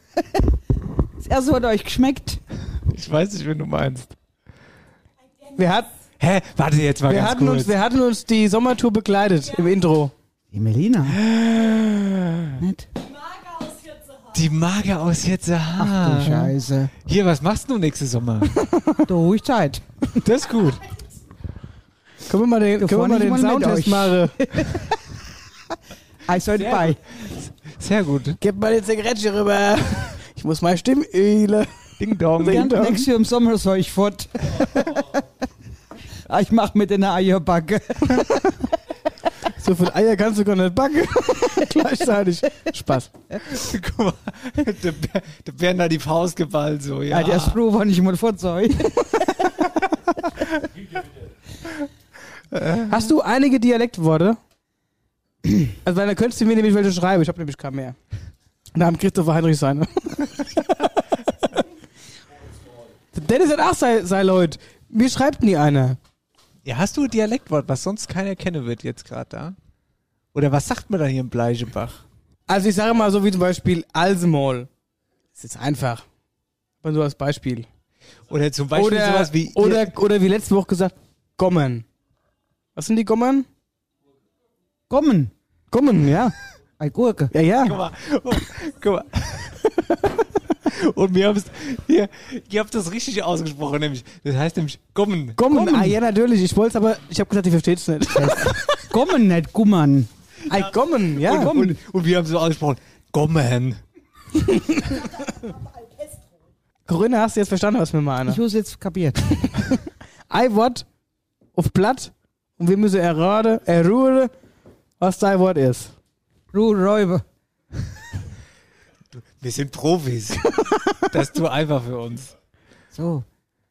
S14: Das erste hat euch geschmeckt.
S5: Ich weiß nicht, wen du meinst.
S4: Wir, hat,
S5: Hä? Warte jetzt mal
S4: wir,
S5: ganz
S4: hatten
S5: kurz.
S4: uns, wir hatten uns die Sommertour begleitet im Intro.
S14: Die Melina. Nicht?
S5: Die Mager aus jetzt. Aha.
S14: Ach du Scheiße.
S5: Hier, was machst du nächsten Sommer?
S14: Da ruhig Zeit.
S5: Das ist gut.
S4: Können wir mal den, können wir
S14: fahren
S4: mal den
S14: nicht mal mit
S4: Soundtest
S14: euch.
S4: machen?
S14: Ich soll bei.
S5: Sehr gut.
S4: Gib mal den Zigarette rüber. Ich muss mal Stimmöle.
S5: Ding Dong.
S4: Ding dong.
S14: Nächstes Jahr im Sommer soll ich fort. Ah, ich mach mit einer Eierbacke.
S4: So viel Eier kannst du gar nicht backen. Gleichzeitig. Spaß.
S5: Guck mal, der, Ber- der Bernd hat die Faust geballt so, ja.
S14: Ja, der ist froh, wenn ich mal fort soll.
S4: Hast du einige Dialektworte? Also, weil dann könntest du mir nämlich welche schreiben. Ich habe nämlich keinen mehr. Da haben Christopher Heinrich seine. Der Dennis hat auch sei, sei Leute. Mir schreibt nie einer.
S5: ja, hast du ein Dialektwort, was sonst keiner kennen wird jetzt gerade da? Oder was sagt man da hier im Bleichebach?
S4: Also ich sage mal so wie zum Beispiel Alsemol. Das ist einfach. Mal so als Beispiel.
S5: Oder zum Beispiel
S4: oder,
S5: sowas wie...
S4: oder, oder wie letzte Woche gesagt, Gommen. Was sind die Gommen?
S14: Kommen.
S4: Gommen, ja.
S14: Ei Gurke.
S4: Ja,
S5: Guck
S4: ja.
S5: mal, oh, guck mal. Und wir haben ihr, ihr habt das richtig ausgesprochen, nämlich, das heißt nämlich Gummen.
S4: Gommen. Ah, ja, natürlich. Ich wollte es aber, ich habe gesagt, ihr versteht es nicht.
S14: Kommen, nicht gummern.
S4: Ei, Gommen, ja.
S5: Und, und wir haben so ausgesprochen, Gummen.
S4: Corinna, hast du jetzt verstanden, was wir meinen?
S14: Ich muss jetzt kapiert.
S4: Ei Wort auf Blatt und wir müssen erraten, errühren, was dein Wort ist.
S14: Ruhe, Räuber.
S5: Wir sind Profis. das du einfach für uns.
S14: So.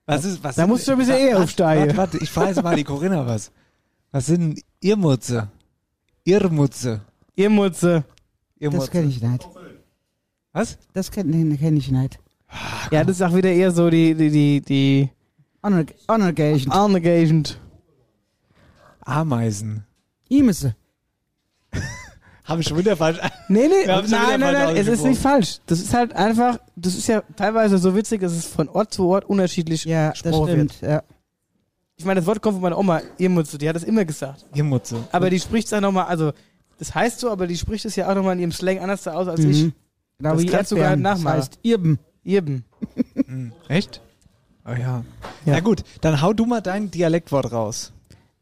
S5: Was ist, was
S4: Da
S5: sind-
S4: musst du ein bisschen eher
S5: warte,
S4: aufsteigen.
S5: Warte, warte, ich frage mal die Corinna was. Was sind Irrmutze? Irrmutze.
S4: Ihr Mutze.
S14: Das kenne ich nicht.
S5: Was?
S14: Das kenne nee, kenn ich nicht.
S4: Ja, das ist auch wieder eher so die, die, die, die
S14: Honorgation.
S4: Arnegagent.
S5: Ameisen.
S14: Imisse.
S5: Habe ich schon wieder falsch.
S4: Nee, nee,
S5: Wir
S4: nein,
S5: haben schon wieder
S4: nein, nein, es
S5: falsch
S4: ist
S5: ausgesprochen.
S4: nicht falsch. Das ist halt einfach, das ist ja teilweise so witzig, dass es von Ort zu Ort unterschiedlich
S14: Ja, das
S4: gesprochen wird.
S14: stimmt. Ja.
S4: Ich meine, das Wort kommt von meiner Oma, ihr Mutze, die hat das immer gesagt.
S5: Irrmutze.
S4: Aber die spricht es ja nochmal, also, das heißt so, aber die spricht es ja auch nochmal in ihrem Slang anders aus als ich.
S14: Genau
S4: Das
S14: wie
S4: kannst du gar
S14: Erdbeeren.
S4: nicht nachmachen.
S14: Das heißt Irben.
S4: Eben.
S5: Echt? Oh ja.
S4: Ja.
S5: Na gut, dann hau du mal dein Dialektwort raus.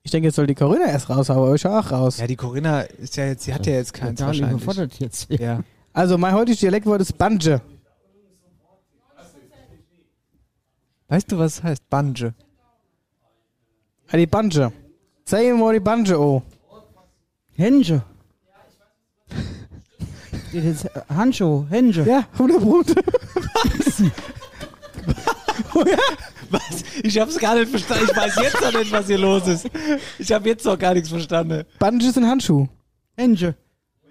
S4: Ich denke, jetzt soll die Corinna erst raushauen, aber ich hau auch raus.
S5: Ja, die Corinna ist ja jetzt, sie hat ja jetzt keins
S14: Total
S5: wahrscheinlich.
S14: überfordert jetzt.
S5: Ja.
S4: Also, mein heutiges Dialektwort ist Banje.
S5: Weißt du, was heißt Banje?
S4: Ah, Die Banje. Zeig ihm mal die Banje, oh.
S14: Hänge. Steht jetzt äh, Handschuh, Hänge.
S4: Ja, 100 Brot.
S5: Was? Ich hab's gar nicht verstanden. Ich weiß jetzt noch nicht, was hier los ist. Ich habe jetzt noch gar nichts verstanden.
S4: Banje sind Handschuh.
S14: Hänge.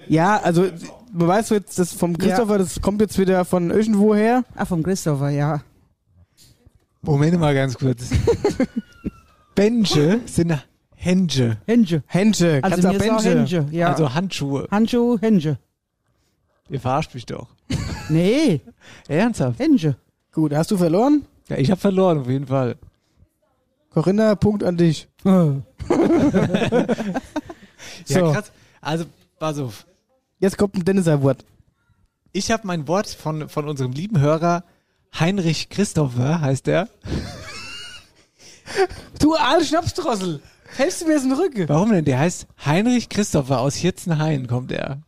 S4: Ja, also, man weiß jetzt, das vom Christopher, das kommt jetzt wieder von irgendwo her.
S14: Ah, vom Christopher, ja.
S5: Moment mal ganz kurz. Benche sind Hände,
S14: Hänge.
S4: Hände,
S14: Also mir ist auch Hänge. Ja.
S5: also Handschuhe.
S14: Handschuh, Hänge.
S5: Ihr verarscht mich doch.
S14: Nee,
S5: Ernsthaft?
S14: Hänge.
S4: Gut, hast du verloren?
S5: Ja, ich habe verloren, auf jeden Fall.
S4: Corinna, Punkt an dich. so.
S5: Ja, krass. Also, pass auf.
S4: Jetzt kommt ein Dennis Award.
S5: Ich habe mein Wort von, von unserem lieben Hörer Heinrich Christopher, heißt er.
S4: Du alte Schnapsdrossel! Hältst du mir jetzt den Rücken?
S5: Warum denn? Der heißt Heinrich Christopher aus Hirzenhain, kommt er.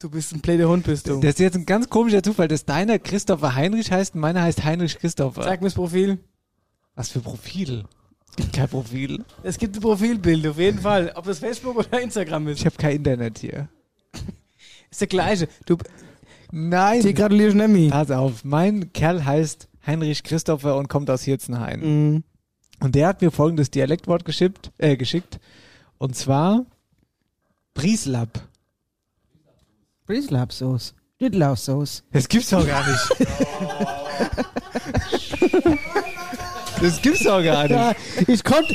S4: Du bist ein Play Hund, bist du.
S5: Das ist jetzt ein ganz komischer Zufall, dass deiner Christopher Heinrich heißt und meiner heißt Heinrich Christopher.
S4: Zeig mir das Profil.
S5: Was für Profil? Es gibt kein Profil.
S4: Es gibt ein Profilbild, auf jeden Fall. Ob das Facebook oder Instagram ist.
S5: Ich habe kein Internet hier.
S4: Ist der gleiche. Du,
S5: Nein.
S4: dir gratuliere ich nämlich.
S5: Pass auf, mein Kerl heißt Heinrich Christopher und kommt aus Hirzenhain.
S4: Mhm.
S5: Und der hat mir folgendes Dialektwort geschickt, äh, geschickt und zwar Brieslap.
S14: Brieslapsoße. Dittlaufsoße.
S5: Das gibt's doch gar nicht. das gibt's doch gar
S4: Ja,
S5: nicht.
S4: ich konnte.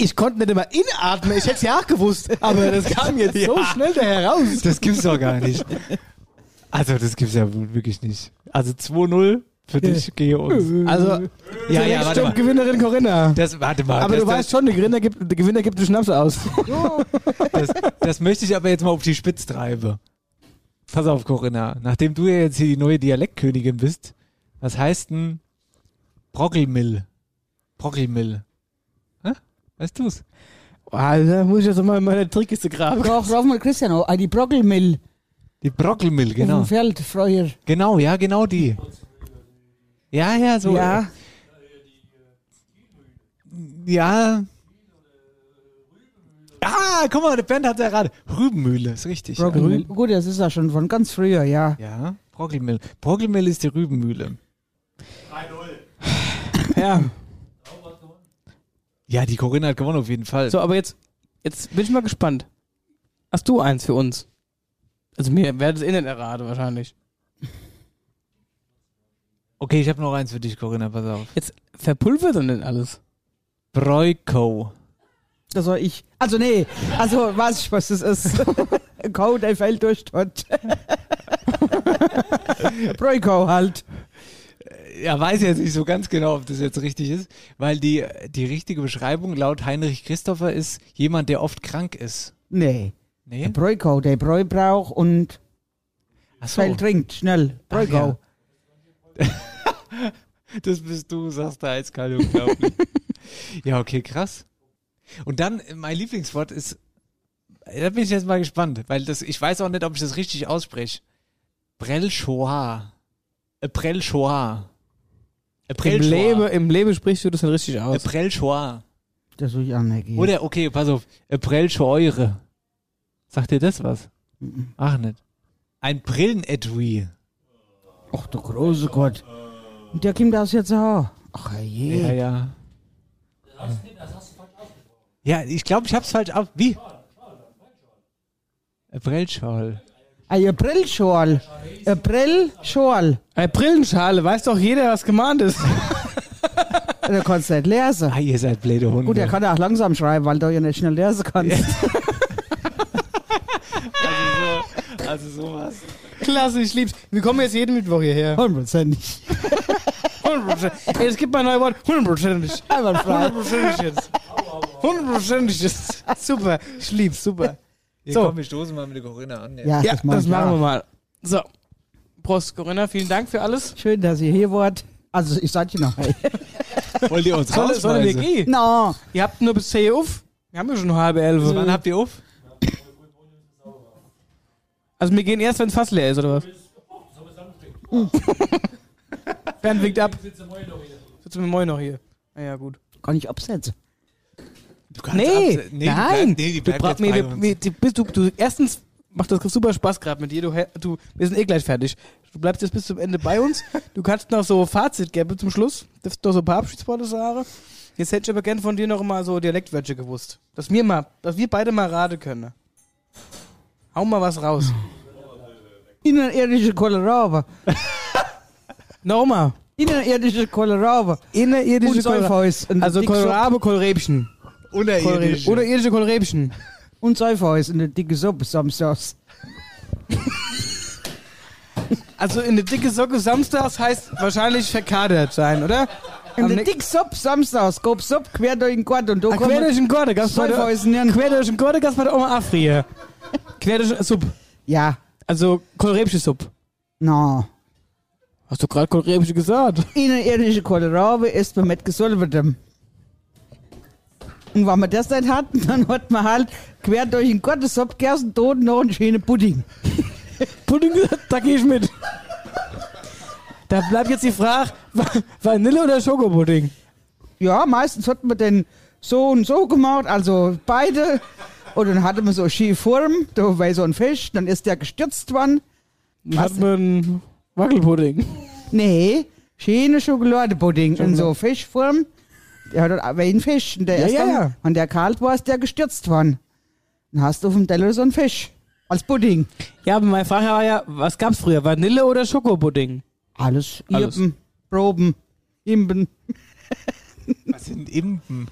S4: Ich konnte nicht immer inatmen, ich hätte es ja auch gewusst, aber das kam jetzt
S14: Ah.
S5: Oh,
S4: so schnell da heraus.
S5: Das gibt's doch gar nicht. Also, das gibt's ja wohl wirklich nicht. Also 2-0 für dich gehe uns.
S4: Also,
S5: Ja, ja,
S4: ja,
S5: warte mal.
S4: Gewinnerin Corinna.
S5: Das, warte mal.
S4: Aber
S5: das,
S4: du weißt schon, der Gewinner gibt, der Gewinner gibt den Schnaps aus.
S5: Das, das möchte ich aber jetzt mal auf die Spitze treiben. Pass auf, Corinna. Nachdem du ja jetzt hier die neue Dialektkönigin bist, was heißt denn Brockelmill? Brockelmill. Hä? Weißt du's?
S4: Alter, muss ich jetzt mal in meine Trickkiste graben.
S14: Rauf, rauf mal Christian, oh, die Brockelmill
S5: Die Brockelmill,
S14: auf
S5: genau.
S14: dem Feld, Freuer.
S5: Genau, ja, genau die. Ja, ja, so.
S14: Ja.
S5: Ja. Ah, guck mal, der Band hat ja gerade. Rübenmühle, ist richtig. Ja,
S14: Brockelmill. Gut, das ist ja schon von ganz früher, ja.
S5: ja Brockelmill. Brockelmill ist die Rübenmühle.
S4: Ja.
S5: Ja, die Corinna hat gewonnen auf jeden Fall.
S4: So, aber jetzt, jetzt bin ich mal gespannt. Hast du eins für uns? Also mir werdet es innen erraten wahrscheinlich.
S5: Okay, ich habe noch eins für dich, Corinna, pass auf.
S4: Jetzt verpulvert dann denn alles?
S5: Broiko.
S14: Das war ich. Also nee, also weiß ich, was das ist. Code, der fällt durch Tod. Broiko halt.
S5: Ja, weiß jetzt nicht so ganz genau, ob das jetzt richtig ist, weil die, die richtige Beschreibung laut Heinrich Christopher ist jemand, der oft krank ist.
S14: Nee,
S5: Nee?
S14: Broiko, der Bräu braucht und
S5: Achso,
S14: schnell trinkt, schnell. Broiko.
S5: ja. das bist du, sagst der eiskalt unglaublich. ja, okay, krass. Und dann, äh, mein Lieblingswort ist, äh, da bin ich jetzt mal gespannt, weil das, ich weiß auch nicht, ob ich das richtig ausspreche. Äh, Prellschoa. Prellschoa. Äh,
S4: Im Leben, Im Leben sprichst du das dann richtig aus.
S5: Prellschoa.
S14: Das will ich anerkennen.
S5: Äh, Oder, okay, pass auf. April Scheure. Sagt dir das was?
S14: Mhm.
S5: Ach nicht. Ein Brillenetui.
S14: Ach du große Gott. Und der kommt aus jetzt auch. Ach je.
S5: Ja, ja. Ja, ich glaube, ich hab's falsch auf. Wie? Aprilschal.
S14: Ein Aprilschorl. Aprilschorl.
S4: Eine Äh, Brillenschale, weiß doch jeder, was gemeint ist.
S14: Da kannst du nicht lesen.
S5: Ah, ihr seid blöde Hunde.
S14: Gut, er kann auch langsam schreiben, weil du ja nicht schnell lesen kannst.
S5: Also sowas.
S4: Klasse, ich lieb's. Wir kommen jetzt jeden Mittwoch hierher.
S14: Hundertprozentig.
S4: 100%. Ey, es gibt mal ein neues Wort. Hundertprozentig.
S14: Einwandfrei.
S4: Hundertprozentig jetzt. Hundertprozentig jetzt. Super. Ich lieb's, super.
S5: Hier,
S4: So.
S5: Komm, wir stoßen mal mit der Corinna an.
S14: Ja,
S4: Ja,
S14: das, mach
S4: das
S14: ich
S4: machen
S14: auch.
S4: wir mal. So. Prost, Corinna, vielen Dank für alles.
S14: Schön, dass ihr hier wart. Also, ich sag dir noch. Hey.
S5: Wollt ihr uns
S4: Soll, soll wir
S5: rausschmeißen?
S4: gehen?
S14: No.
S4: Ihr habt nur bis 10 Uhr auf. Wir haben ja schon halbe elf.
S5: Wann habt ihr auf?
S4: Also wir gehen erst, wenn das Fass leer ist, oder was? Hm. Bernd winkt ab. Sitzen wir moin noch hier. Naja, gut.
S14: Kann ich absetzen.
S5: Du kannst
S4: Nee,
S5: abse-
S4: nein.
S5: Die bleibt, nee, die
S4: du,
S5: bleibt
S4: bra-
S5: jetzt
S4: nee,
S5: bei
S4: wir-
S5: uns.
S4: wir- die- bist du, du, erstens macht das super Spaß gerade mit dir. Du, hä- du, wir sind eh gleich fertig. Du bleibst jetzt bis zum Ende bei uns. Du kannst noch so Fazit geben zum Schluss. Das ist noch so ein paar Abschiedsworte sagen. Jetzt hätte ich aber gern von dir noch mal so Dialektwörter gewusst. Dass wir mal, dass wir beide mal raten können. Hau mal was raus.
S14: Innerirdische Kohlrabe.
S4: Nochmal.
S14: Innerirdische Kohlrabe.
S4: Innerirdische
S14: Und Säufeus. Und
S4: Also
S14: dicke
S4: Kohlrabe, Kohlräbchen.
S5: Unerirdisch.
S4: Oder irdische Kohlräbchen.
S14: Suppe. Und Säufeus in der dicke Suppe samstags.
S4: Also in der dicke Socke samstags heißt wahrscheinlich verkadert sein, oder?
S14: In der dicke Sop samstags, grob Sop, quer durch den Gott und du
S4: Ah, quer durch den Gorde, gab's bei der, quer durch den Gorde gab's bei der Oma Afri. hier. Quer durch Sub.
S14: Ja.
S4: Also kohlrebsche Sub.
S14: No.
S4: Hast du gerade kohlrebsche gesagt?
S14: Innerirdische Kohlraube ist man mit gesolvetem. ähm, Und wenn wir das nicht hatten, dann hat man halt quer durch den Gottesop, Gersten, Toten, noch einen schönen Pudding.
S4: Pudding, da gehe ich mit. Da bleibt jetzt die Frage, Va- Vanille oder Schokopudding?
S14: Ja, meistens hat man den so und so gemacht, also beide. Und dann hatte man so schiefe Form, da war so ein Fisch, dann ist der gestürzt worden.
S4: Dann hat man Wackelpudding.
S14: Nee, schöne Schokoladepudding in so Fischform. Der hat aber einen Fisch. Und der
S4: Ja,
S14: ist
S4: ja,
S14: dann,
S4: ja.
S14: Wenn der kalt war, ist der gestürzt worden. Dann hast du auf dem Teller so einen Fisch. Als Pudding.
S4: Ja, aber meine Frage war ja, was gab's früher? Vanille oder Schokopudding?
S14: Alles.
S4: Alles.
S14: Irpen, Proben, Imben.
S5: Was sind Impen?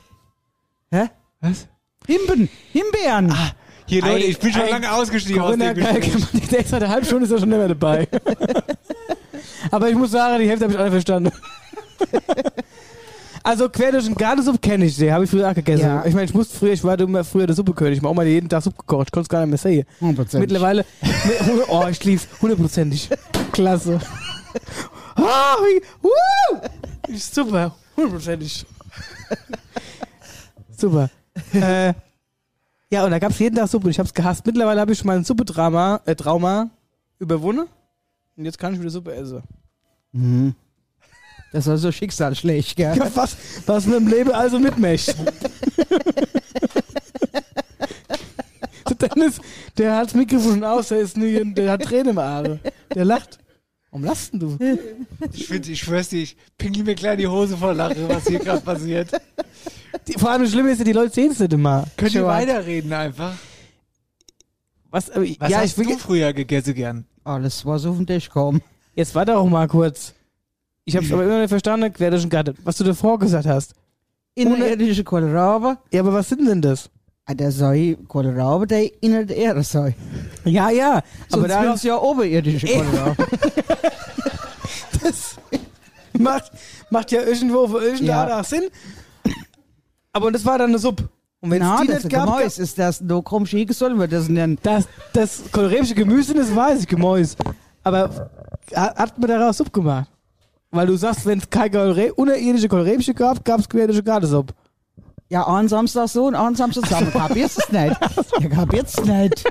S14: Hä?
S5: Was?
S14: Imben, Himbeeren.
S4: Ah,
S5: Hier, Leute,
S4: Ei-
S5: ich bin schon
S4: Ei-
S5: lange ausgestiegen aus
S4: Corinna,
S5: dem Gespräch.
S4: Gespräch. Der ist seit einer halben Stunde ist er schon nicht mehr dabei. Aber ich muss sagen, die Hälfte habe ich alle verstanden. also quer durch den Gardesupp kenne ich den, habe ich früher auch gegessen.
S14: Ja.
S4: Ich meine, ich musste früher, ich war immer früher der Suppekönig, ich habe auch mal jeden Tag Suppe gekocht, ich konnte es gar nicht mehr sehen.
S14: 100%.
S4: Mittlerweile, mi- oh, ich lieb's, hundertprozentig. Klasse. Ah, wie, uh, ist super, hundertprozentig. Super. äh, ja, und da gab es jeden Tag Suppe und ich habe es gehasst. Mittlerweile habe ich mein Suppetrauma äh, Trauma überwunden und jetzt kann ich wieder Suppe essen.
S14: Mhm. Das war so schicksalsschlecht, gell?
S4: Ja, was, was mit dem Leben also mitmischt. Der Dennis, der hat das Mikrofon aus, der, ist nie, der hat Tränen im Aare. Der lacht. Warum lachst denn du?
S5: Ich, find, ich schwör's dir, ich pingel mir gleich die Hose vor Lache, was hier gerade passiert.
S4: Die, vor allem das Schlimme ist ja, die Leute sehen es nicht immer.
S5: Könnt ihr
S4: Schon.
S5: weiterreden einfach?
S4: Was, äh,
S5: Was
S4: ja,
S5: hast
S4: ich will,
S5: du früher gegessen gern?
S14: Alles, was auf den Tisch kam.
S4: Jetzt warte auch mal kurz. Ich habe aber immer nicht verstanden, quer durch den Garten, was du davor gesagt hast.
S14: Innerirdische Kohlraube.
S4: Ja, aber was sind denn das?
S14: Ah, Der sei Kohlraube, der inner der Erde sei.
S4: Ja, ja, aber
S14: Sonst
S4: da
S14: wär's ja oberirdische Kohlraube.
S4: das macht, macht ja irgendwo für irgendeiner
S14: Ja.
S4: Sinn. Aber das war dann eine Sub. Und wenn es
S14: Na,
S4: die
S14: das
S4: nicht gab, gab
S14: Gemäus ist das nur krumm schick sollen wir das nennen.
S4: das, das kolorebische Gemüse, das weiß ich, Gemäus. Aber hat hat man daraus Sub gemacht? Weil du sagst, wenn es keine Kolore- unterirdische kolorebische gab, gab es querische Gardesuppe.
S14: Ja, einen Samstag so und einen Samstag zusammen. Kapierst es nicht? Ja, kapierst es nicht.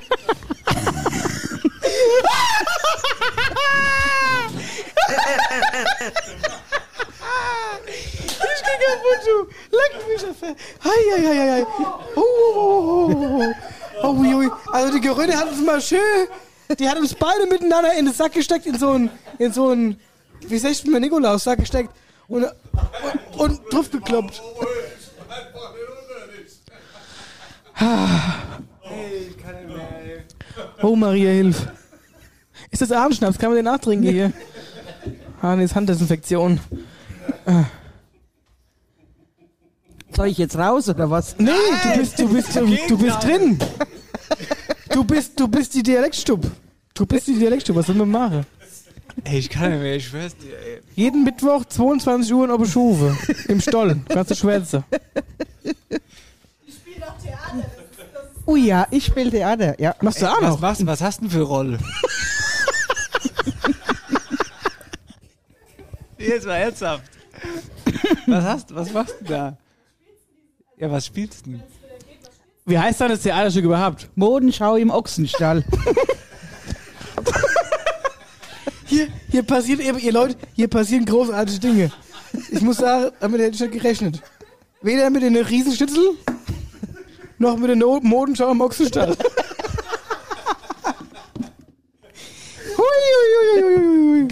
S4: Ich geh kaputt, du. Leck mich auf. Hei, hei, hei, hei. Oh, oh, oh, oh, oh. Ui, ui. Also die Geröne hat uns mal schön, die hat uns beide miteinander in den Sack gesteckt, in so einen, in so einen, wie sagt man, Nikolaus-Sack gesteckt und, und, und drauf gekloppt. Oh, Maria, hilf. Ist das Abendschnaps? Kann man den nachtrinken hier? Ah, nee, ist Handdesinfektion.
S14: Soll ich jetzt raus oder was?
S4: Nee, du bist, du bist, du, du bist drin. Du bist, du bist die Dialektstub. Du bist die Dialektstub, was sollen wir machen?
S5: Ey, ich kann nicht mehr, ich schwör's dir, ey.
S4: Jeden Mittwoch 22 Uhr in Oberschufe. Im Stollen. Kannst du schwänze.
S14: Oh ja, ich spiele Theater. Ja.
S4: Machst du auch
S5: Was
S4: noch?
S5: machst du, was hast du denn für Rolle? Jetzt mal ernsthaft. Was hast was machst du denn da? Ja, was spielst du denn?
S4: Wie heißt dann das Theaterstück überhaupt?
S14: Modenschau im Ochsenstall.
S4: Hier, hier passiert eben, ihr Leute, hier passieren großartige Dinge. Ich muss sagen, damit hätte ich nicht gerechnet. Weder mit einer Riesenschnitzel, noch mit einer Modenschau im Ochsenstall. Hui, hui, hui, hui, hui.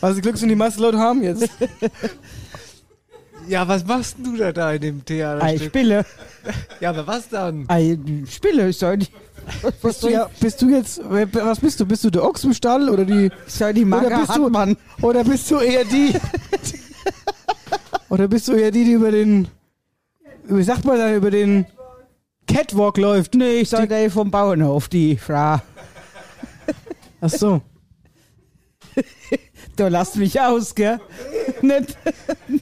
S4: Was Glück sind die meisten Leute haben jetzt.
S5: Ja, was machst denn du da, da in dem
S4: Ah,
S14: Ei,
S5: Theaterstück?
S14: spiele.
S5: Ja, aber was dann?
S14: Ei, spiele. Ich soll die, was
S4: Bist du, ja, bist du jetzt, wer- was bist du? Bist du der Ochs im Stall oder die,
S14: ich soll die
S4: Oder
S14: Marke
S4: bist du-
S14: Hartmann.
S4: oder bist du eher die, oder bist du eher die, die über den, wie sagt man da, über den Catwalk läuft?
S14: Nee, ich soll die vom Bauernhof, die Frau.
S4: Ach so.
S14: Du lasst mich aus, gell? Nicht.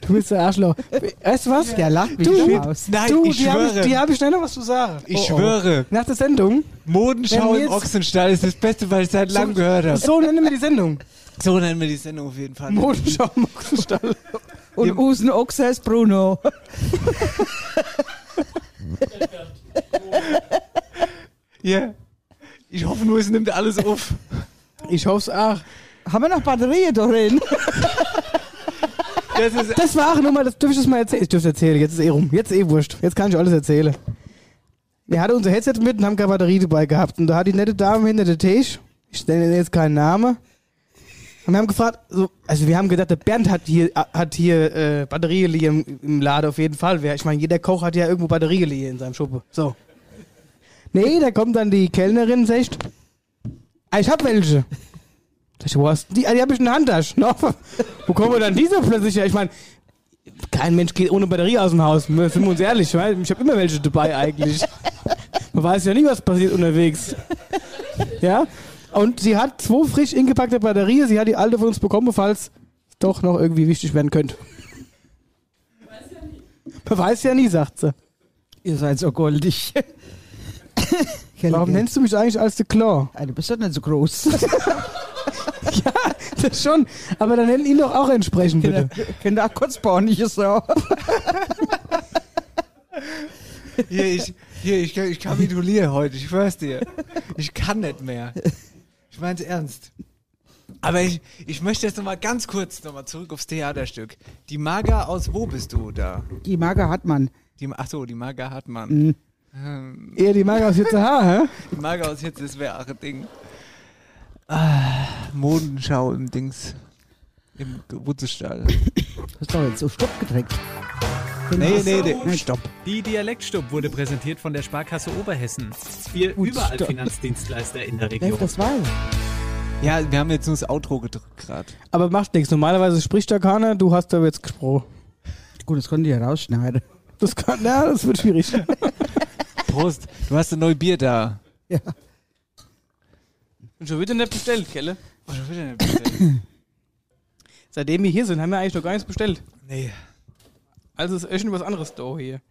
S4: Du bist der Arschloch. Weißt du was?
S14: Der lacht mich
S4: du,
S14: doch aus.
S4: Nein,
S14: Nein,
S4: du,
S5: ich
S4: die habe ich,
S5: schwöre.
S4: die hab ich schneller was zu sagen.
S5: Ich schwöre.
S4: Nach der Sendung.
S5: Modenschau
S4: Wenn wir
S5: im
S4: jetzt-
S5: Ochsenstall ist das Beste, weil ich seit langem gehört habe.
S4: So nennen wir die Sendung.
S5: So nennen wir die Sendung auf jeden Fall.
S4: Modenschau im Ochsenstall.
S14: Und Usen Ochse ist Bruno.
S5: Ja. Ich hoffe nur, es nimmt alles auf.
S4: Ich hoffe es auch.
S14: Haben wir noch Batterien da drin?
S5: Das ist
S4: Das war auch nochmal, das dürfte ich das mal erzählen. Ich dürfte erzählen, jetzt ist eh rum. Jetzt ist eh wurscht. Jetzt kann ich alles erzählen. Wir hatten unser Headset mit und haben keine Batterie dabei gehabt. Und da hat die nette Dame hinter der Tisch, ich nenne jetzt keinen Namen, und wir haben gefragt, so, also wir haben gedacht, der Bernd hat hier, hat hier äh, Batterie im, im Laden auf jeden Fall. Wer- Ich meine, jeder Koch hat ja irgendwo Batterie in seinem Schuppe. So. Nee, da kommt dann die Kellnerin und sagt, "Ah, ich hab welche. Sag ich, wo hast du die? Ah, die hab ich in der Handtasche. Na, Wo kommen wir dann diese plötzlich her? Ich meine, kein Mensch geht ohne Batterie aus dem Haus. Wir sind wir uns ehrlich, weil ich habe immer welche dabei eigentlich. Man weiß ja nie, was passiert unterwegs. Ja? Und sie hat zwei frisch ingepackte Batterien. Sie hat die alte von uns bekommen, falls es doch noch irgendwie wichtig werden könnte. Man weiß ja nie, sagt sie.
S14: Ihr seid so goldig.
S4: Warum nennst du mich eigentlich als The Claw?
S14: Du bist doch nicht so groß.
S4: ja, das schon. Aber dann nenn ihn doch auch entsprechend, bitte.
S14: Kinder, Genau. kurz pornige Sau.
S5: Hier, ich, hier, ich, ich kapituliere heute, ich schwör's dir. Ich kann nicht mehr. Ich mein's ernst. Aber ich, ich möchte jetzt nochmal ganz kurz nochmal zurück aufs Theaterstück. Die Maga aus Wo bist du da?
S14: Die Mager hat man.
S5: Die, ach so, die Maga hat man.
S14: Mhm.
S5: Ähm,
S4: Eher die Mager aus jetzt Haar, hä?
S5: die Maga aus jetzt, das wäre auch ein Ding. Ah, Modenschau im Dings. Im Wutzestall.
S14: Hast du doch jetzt so stopp gedreckt.
S5: Nee, nee, nee.
S14: Nein, stopp.
S7: Die Dialektstub wurde präsentiert von der Sparkasse Oberhessen. Wir
S14: Gut,
S7: überall
S14: stopp.
S7: Finanzdienstleister in der Region.
S14: Läuft das weiter?
S5: Ja, wir haben jetzt nur das Outro gedrückt gerade.
S4: Aber macht nichts. Normalerweise spricht da keiner, du hast da jetzt gesprochen.
S14: Gut, das konnte ich ja rausschneiden.
S4: Das kann, ja, das wird schwierig.
S5: Prost, du hast ein neues Bier da.
S14: Ja.
S4: Und schon wieder nicht bestellt, Kelle.
S5: Oh, schon wieder nicht bestellt.
S4: Seitdem wir hier sind, haben wir eigentlich noch gar nichts bestellt.
S5: Nee.
S4: Also ist echt was anderes da hier.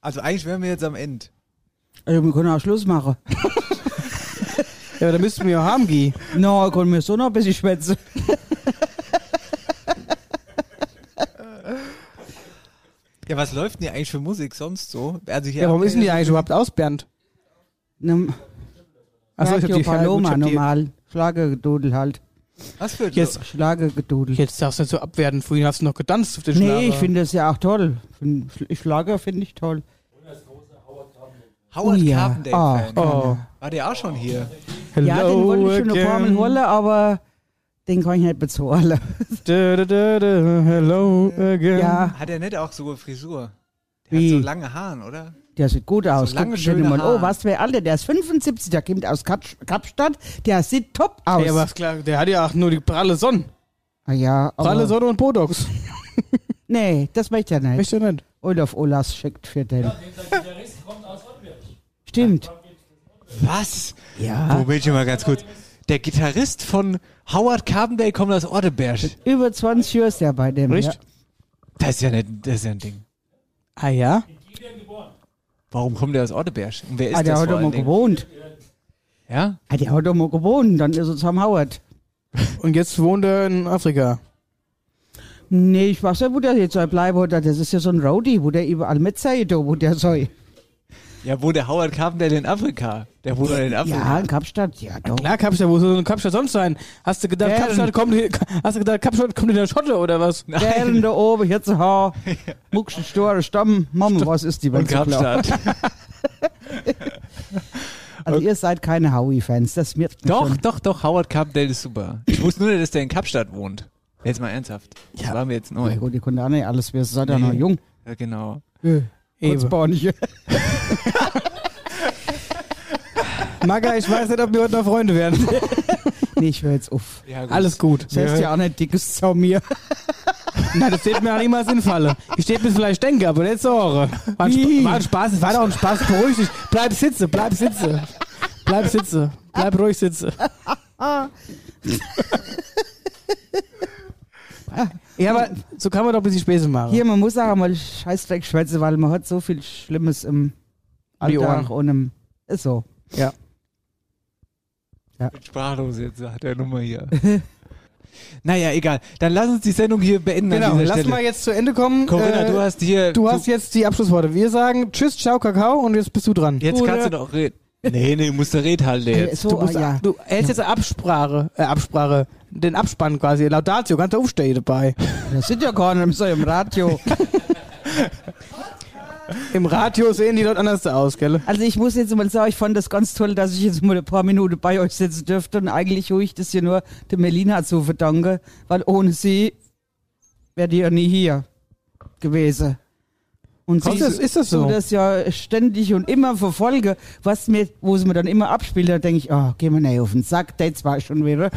S5: Also eigentlich wären wir jetzt am Ende.
S14: Also, wir können auch Schluss machen.
S4: Ja, aber da müssten wir ja haben gehen.
S14: Na, no, können wir so noch ein bisschen schwätzen.
S5: Ja, was läuft denn hier eigentlich für Musik sonst so? Also hier
S4: Ja, warum ist denn die eigentlich überhaupt aus, Bernd?
S14: Ne, Also,
S4: Achso, ich hab die
S14: Paloma
S4: ja, gut, ich hab
S14: normal. Schlagergedudel halt.
S5: Was für ein
S4: die, jetzt,
S14: Schlagergedudel.
S4: jetzt darfst du nicht so abwerten. Vorhin hast du noch getanzt auf den Schlager.
S14: Nee, ich finde das ja auch toll. Find- Sch- Schlager finde ich toll.
S5: Howard
S14: Oh ja.
S5: Carpendale-Fan.
S4: Oh,
S5: War der auch schon hier?
S4: hello
S14: ja, den wollte ich schon eine Formel holen, aber den kann ich nicht bezahlen.
S4: Da, da, da, da, hello again.
S14: Ja,
S5: Hat er nicht auch so eine Frisur? Der
S14: Wie?
S5: hat so lange Haaren, oder?
S14: der sieht gut aus.
S5: lange,
S14: Guck dir den
S5: schöne
S14: mal. Oh,
S5: Haare.
S14: was für ein Alter. Der ist 75, der kommt aus Kap Kapstadt. Der sieht top aus.
S4: Ja, aber ist klar, der hat ja auch nur die pralle Sonne.
S14: ah, ja,
S4: Pralle
S14: aber,
S4: Sonne und Botox.
S14: Nee, das möchte er nicht.
S4: Möchte er nicht.
S14: Olaf Olas schickt für den. Stimmt.
S5: Was?
S14: Ja.
S5: Moment mal ganz kurz. Der Gitarrist von Howard Carpendale kommt aus Orteberg.
S14: Über 20 Jahre ist er bei dem.
S4: Richtig?
S14: Ja.
S5: Das ist ja nicht, das ist ja ein Ding.
S4: Ah ja?
S5: Warum kommt der aus Orteberg? Und wer ist
S14: Ah, der
S5: das
S14: hat
S5: vor
S14: doch mal
S5: allen Dingen?
S14: gewohnt.
S5: Ja?
S14: Ah, der hat doch mal gewohnt. Dann ist er zum Howard.
S4: Und jetzt wohnt er in Afrika.
S14: Nee, ich weiß nicht, wo der jetzt soll bleiben. Oder das ist ja so ein Roadie, wo der überall mit sei, da, wo der soll.
S5: Ja, wo der Howard Carpendale in Afrika? Der wohnt in Afrika.
S14: Ja, in Kapstadt, ja, doch.
S4: Oh. Klar, Kapstadt, wo soll so ein Kapstadt sonst sein? Hast du gedacht,
S14: Ja,
S4: Kapstadt
S14: und-
S4: kommt, hier- hast du gedacht, Kapstadt kommt in der Schotte oder was?
S14: Der in da oben, jetzt ein Haar, Muckschen, Store, Stamm, Mama, was ist die
S5: Und
S14: Welt so klar?
S5: Kapstadt.
S14: Also ihr seid keine Howie-Fans, das merkt man
S5: Doch,
S14: schon.
S5: doch, doch, Howard Carpendale ist super. Ich wusste nur, nicht, dass der in Kapstadt wohnt. Jetzt mal ernsthaft. Das war mir jetzt
S14: Ja
S5: neu.
S14: gut, ihr könnt auch nicht alles wissen, seid ja
S5: Nee.
S14: noch jung.
S5: Ja, genau.
S14: Kurz Bornige.
S4: Maga, ich weiß nicht, ob wir heute noch Freunde werden.
S14: Nee, ich höre jetzt auf.
S5: Ja, gut.
S4: Alles gut.
S14: Das heißt ja auch nicht dickes zu mir.
S4: Nein, das steht mir auch niemals in Falle. Ich steht bis vielleicht denke, aber nicht Sorge. War ein, Sp
S14: Wie?
S4: war ein Spaß, es war doch ein Spaß, beruhig dich. Bleib sitze, bleib sitze. Bleib sitze, bleib ruhig sitze.
S8: ah.
S4: Ja, aber so kann man doch ein bisschen Späße machen.
S14: Hier, man muss auch mal Scheißdreck schwätzen, weil man hat so viel Schlimmes im
S4: Die Ohren.
S14: Alltag und im... Ist so.
S4: Ja.
S5: Ich bin sprachlos jetzt, hat er Nummer hier. naja, egal. Dann lass uns die Sendung hier beenden
S4: Genau,
S5: an dieser
S4: lass
S5: Stelle.
S4: mal jetzt zu Ende kommen. Äh,
S5: Corinna, du hast hier-
S4: Du
S5: äh, du-
S4: hast jetzt die Abschlussworte. Wir sagen Tschüss, ciao, Kakao und jetzt bist du dran.
S5: jetzt kannst du
S4: Oder-
S5: doch reden. Nee, nee, du musst der Red halten jetzt.
S4: du,
S14: Oh, ah,
S4: musst,
S5: ja.
S4: du hältst jetzt eine Absprache, äh, Absprache, den Abspann quasi, Laudatio, ganz der Aufstehen dabei.
S14: Das sind ja gar nicht so im Radio.
S4: Im Radio sehen die dort anders aus, gell?
S14: Also ich muss jetzt mal sagen, ich fand das ganz toll, dass ich jetzt mal ein paar Minuten bei euch sitzen dürfte und eigentlich ruhig das hier nur der Melina zu verdanken, weil ohne sie wäre ihr ja nie hier gewesen. Und
S4: Ist das- ist das so?
S14: tut das ja ständig und immer verfolge, was mir, wo sie mir dann immer abspielt, da denke ich, oh, geh mir nicht auf den Sack, das war ich schon wieder.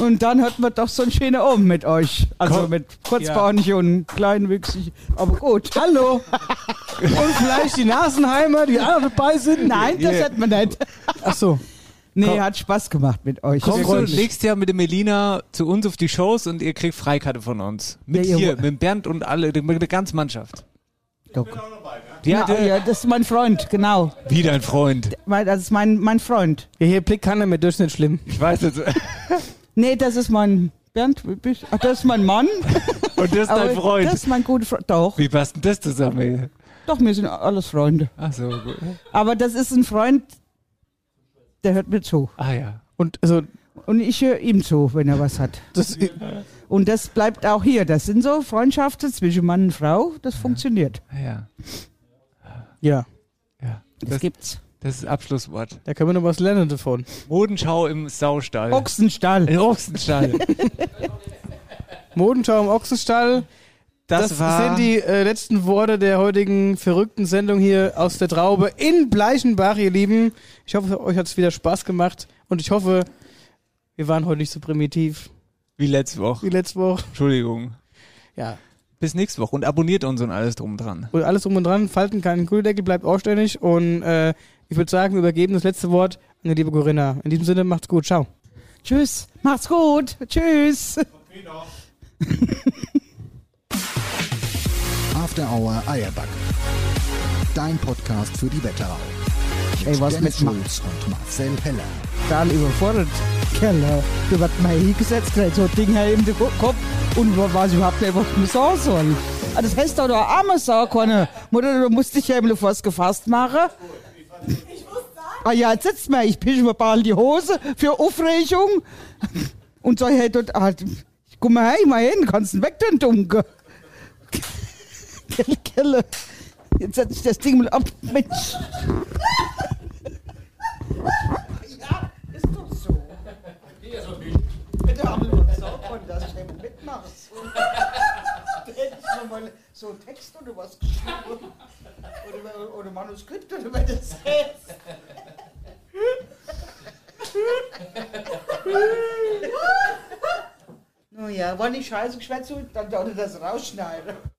S14: Und dann hat man doch so einen schönen Abend mit euch. Also
S4: Komm.
S14: mit Kurzbauernchen, und kleinwüchsig, aber gut. Hallo!
S4: Und vielleicht die Nasenheimer, die alle dabei sind.
S14: Nein, das
S4: Yeah.
S14: hat man nicht.
S4: Ach so.
S14: Nee, hat Spaß gemacht mit euch.
S5: Kommst du
S14: Freut mich.
S5: nächstes Jahr mit dem Melina zu uns auf die Shows und ihr kriegt Freikarte von uns. Mit
S14: Ja, ihr-
S5: hier, mit dem Bernd und alle, mit der ganzen Mannschaft. Die
S14: Ja,
S5: hatte
S14: ja, das ist mein Freund, genau.
S5: wie dein Freund.
S14: Mein- Das ist mein, mein Freund.
S4: Ja, hier blickt keiner mehr durch, ist nicht schlimm.
S5: Ich weiß jetzt.
S14: Nee, das ist mein Bernd. bist- Ach, das ist mein Mann.
S5: Und das ist
S14: Aber
S5: dein Freund.
S14: Das ist mein guter Freund. Doch,
S5: Wie passt denn das zusammen? Ey?
S14: doch, wir sind alles Freunde.
S5: Ach so, gut.
S14: Aber das ist ein Freund, der hört mir zu.
S5: Ah ja.
S4: Und also,
S14: Und ich höre ihm zu, wenn er was hat.
S4: das,
S14: Und das bleibt auch hier. Das sind so Freundschaften zwischen Mann und Frau. Das funktioniert.
S5: Ah, ja.
S4: ja,
S14: Das gibt's.
S5: Das ist Abschlusswort.
S4: da können wir noch was lernen davon.
S5: Modenschau im Saustall.
S14: Ochsenstall.
S5: In Ochsenstall.
S4: Modenschau im Ochsenstall.
S5: Das war-
S4: sind die äh, letzten Worte der heutigen verrückten Sendung hier aus der Traube in Bleichenbach, ihr Lieben. Ich hoffe, euch hat es wieder Spaß gemacht und ich hoffe, wir waren heute nicht so primitiv
S5: Wie letzte Woche.
S4: wie letzte Woche.
S5: Entschuldigung.
S4: Ja.
S5: Bis nächste Woche und abonniert uns und alles drum und dran.
S4: Und alles um und dran, falten keinen Kühldeckel, bleibt ausständig und äh, ich würde sagen, wir übergeben das letzte Wort an die liebe Corinna. In diesem Sinne, macht's gut, ciao.
S14: Tschüss. Macht's gut. Tschüss.
S2: After Hour Eierback. Dein Podcast für die Wetterau.
S14: Ey, was
S2: Dennis
S14: mit Ma-
S2: Schulz und Marcel Heller.
S14: total überfordert. Keller, du wirst mal hingesetzt, kriegst so ein Ding hier im Kopf und wa- weiß überhaupt nicht, was man sagen soll. Ah, Das heißt doch, du arme Sau, Conne. Mutter, du musst dich ja immer fast gefasst machen. Ah ja, jetzt sitzt mal, ich pische mir bald die Hose für Aufregung. Und so, hey, dort, ah, komm mal her, mal hin, kannst ihn weg, den Dunkel. Kelle, Kelle. Jetzt setz ich das Ding mal ab, Mensch. Bitte haben wir uns davon, dass ich eben mitmache. Da hätte ich noch mal so einen Text oder was geschrieben. Oder, oder Manuskript oder wenn das heißt. Nun ja, wenn ich scheiße geschwätzt habe, dann darf ich das rausschneiden.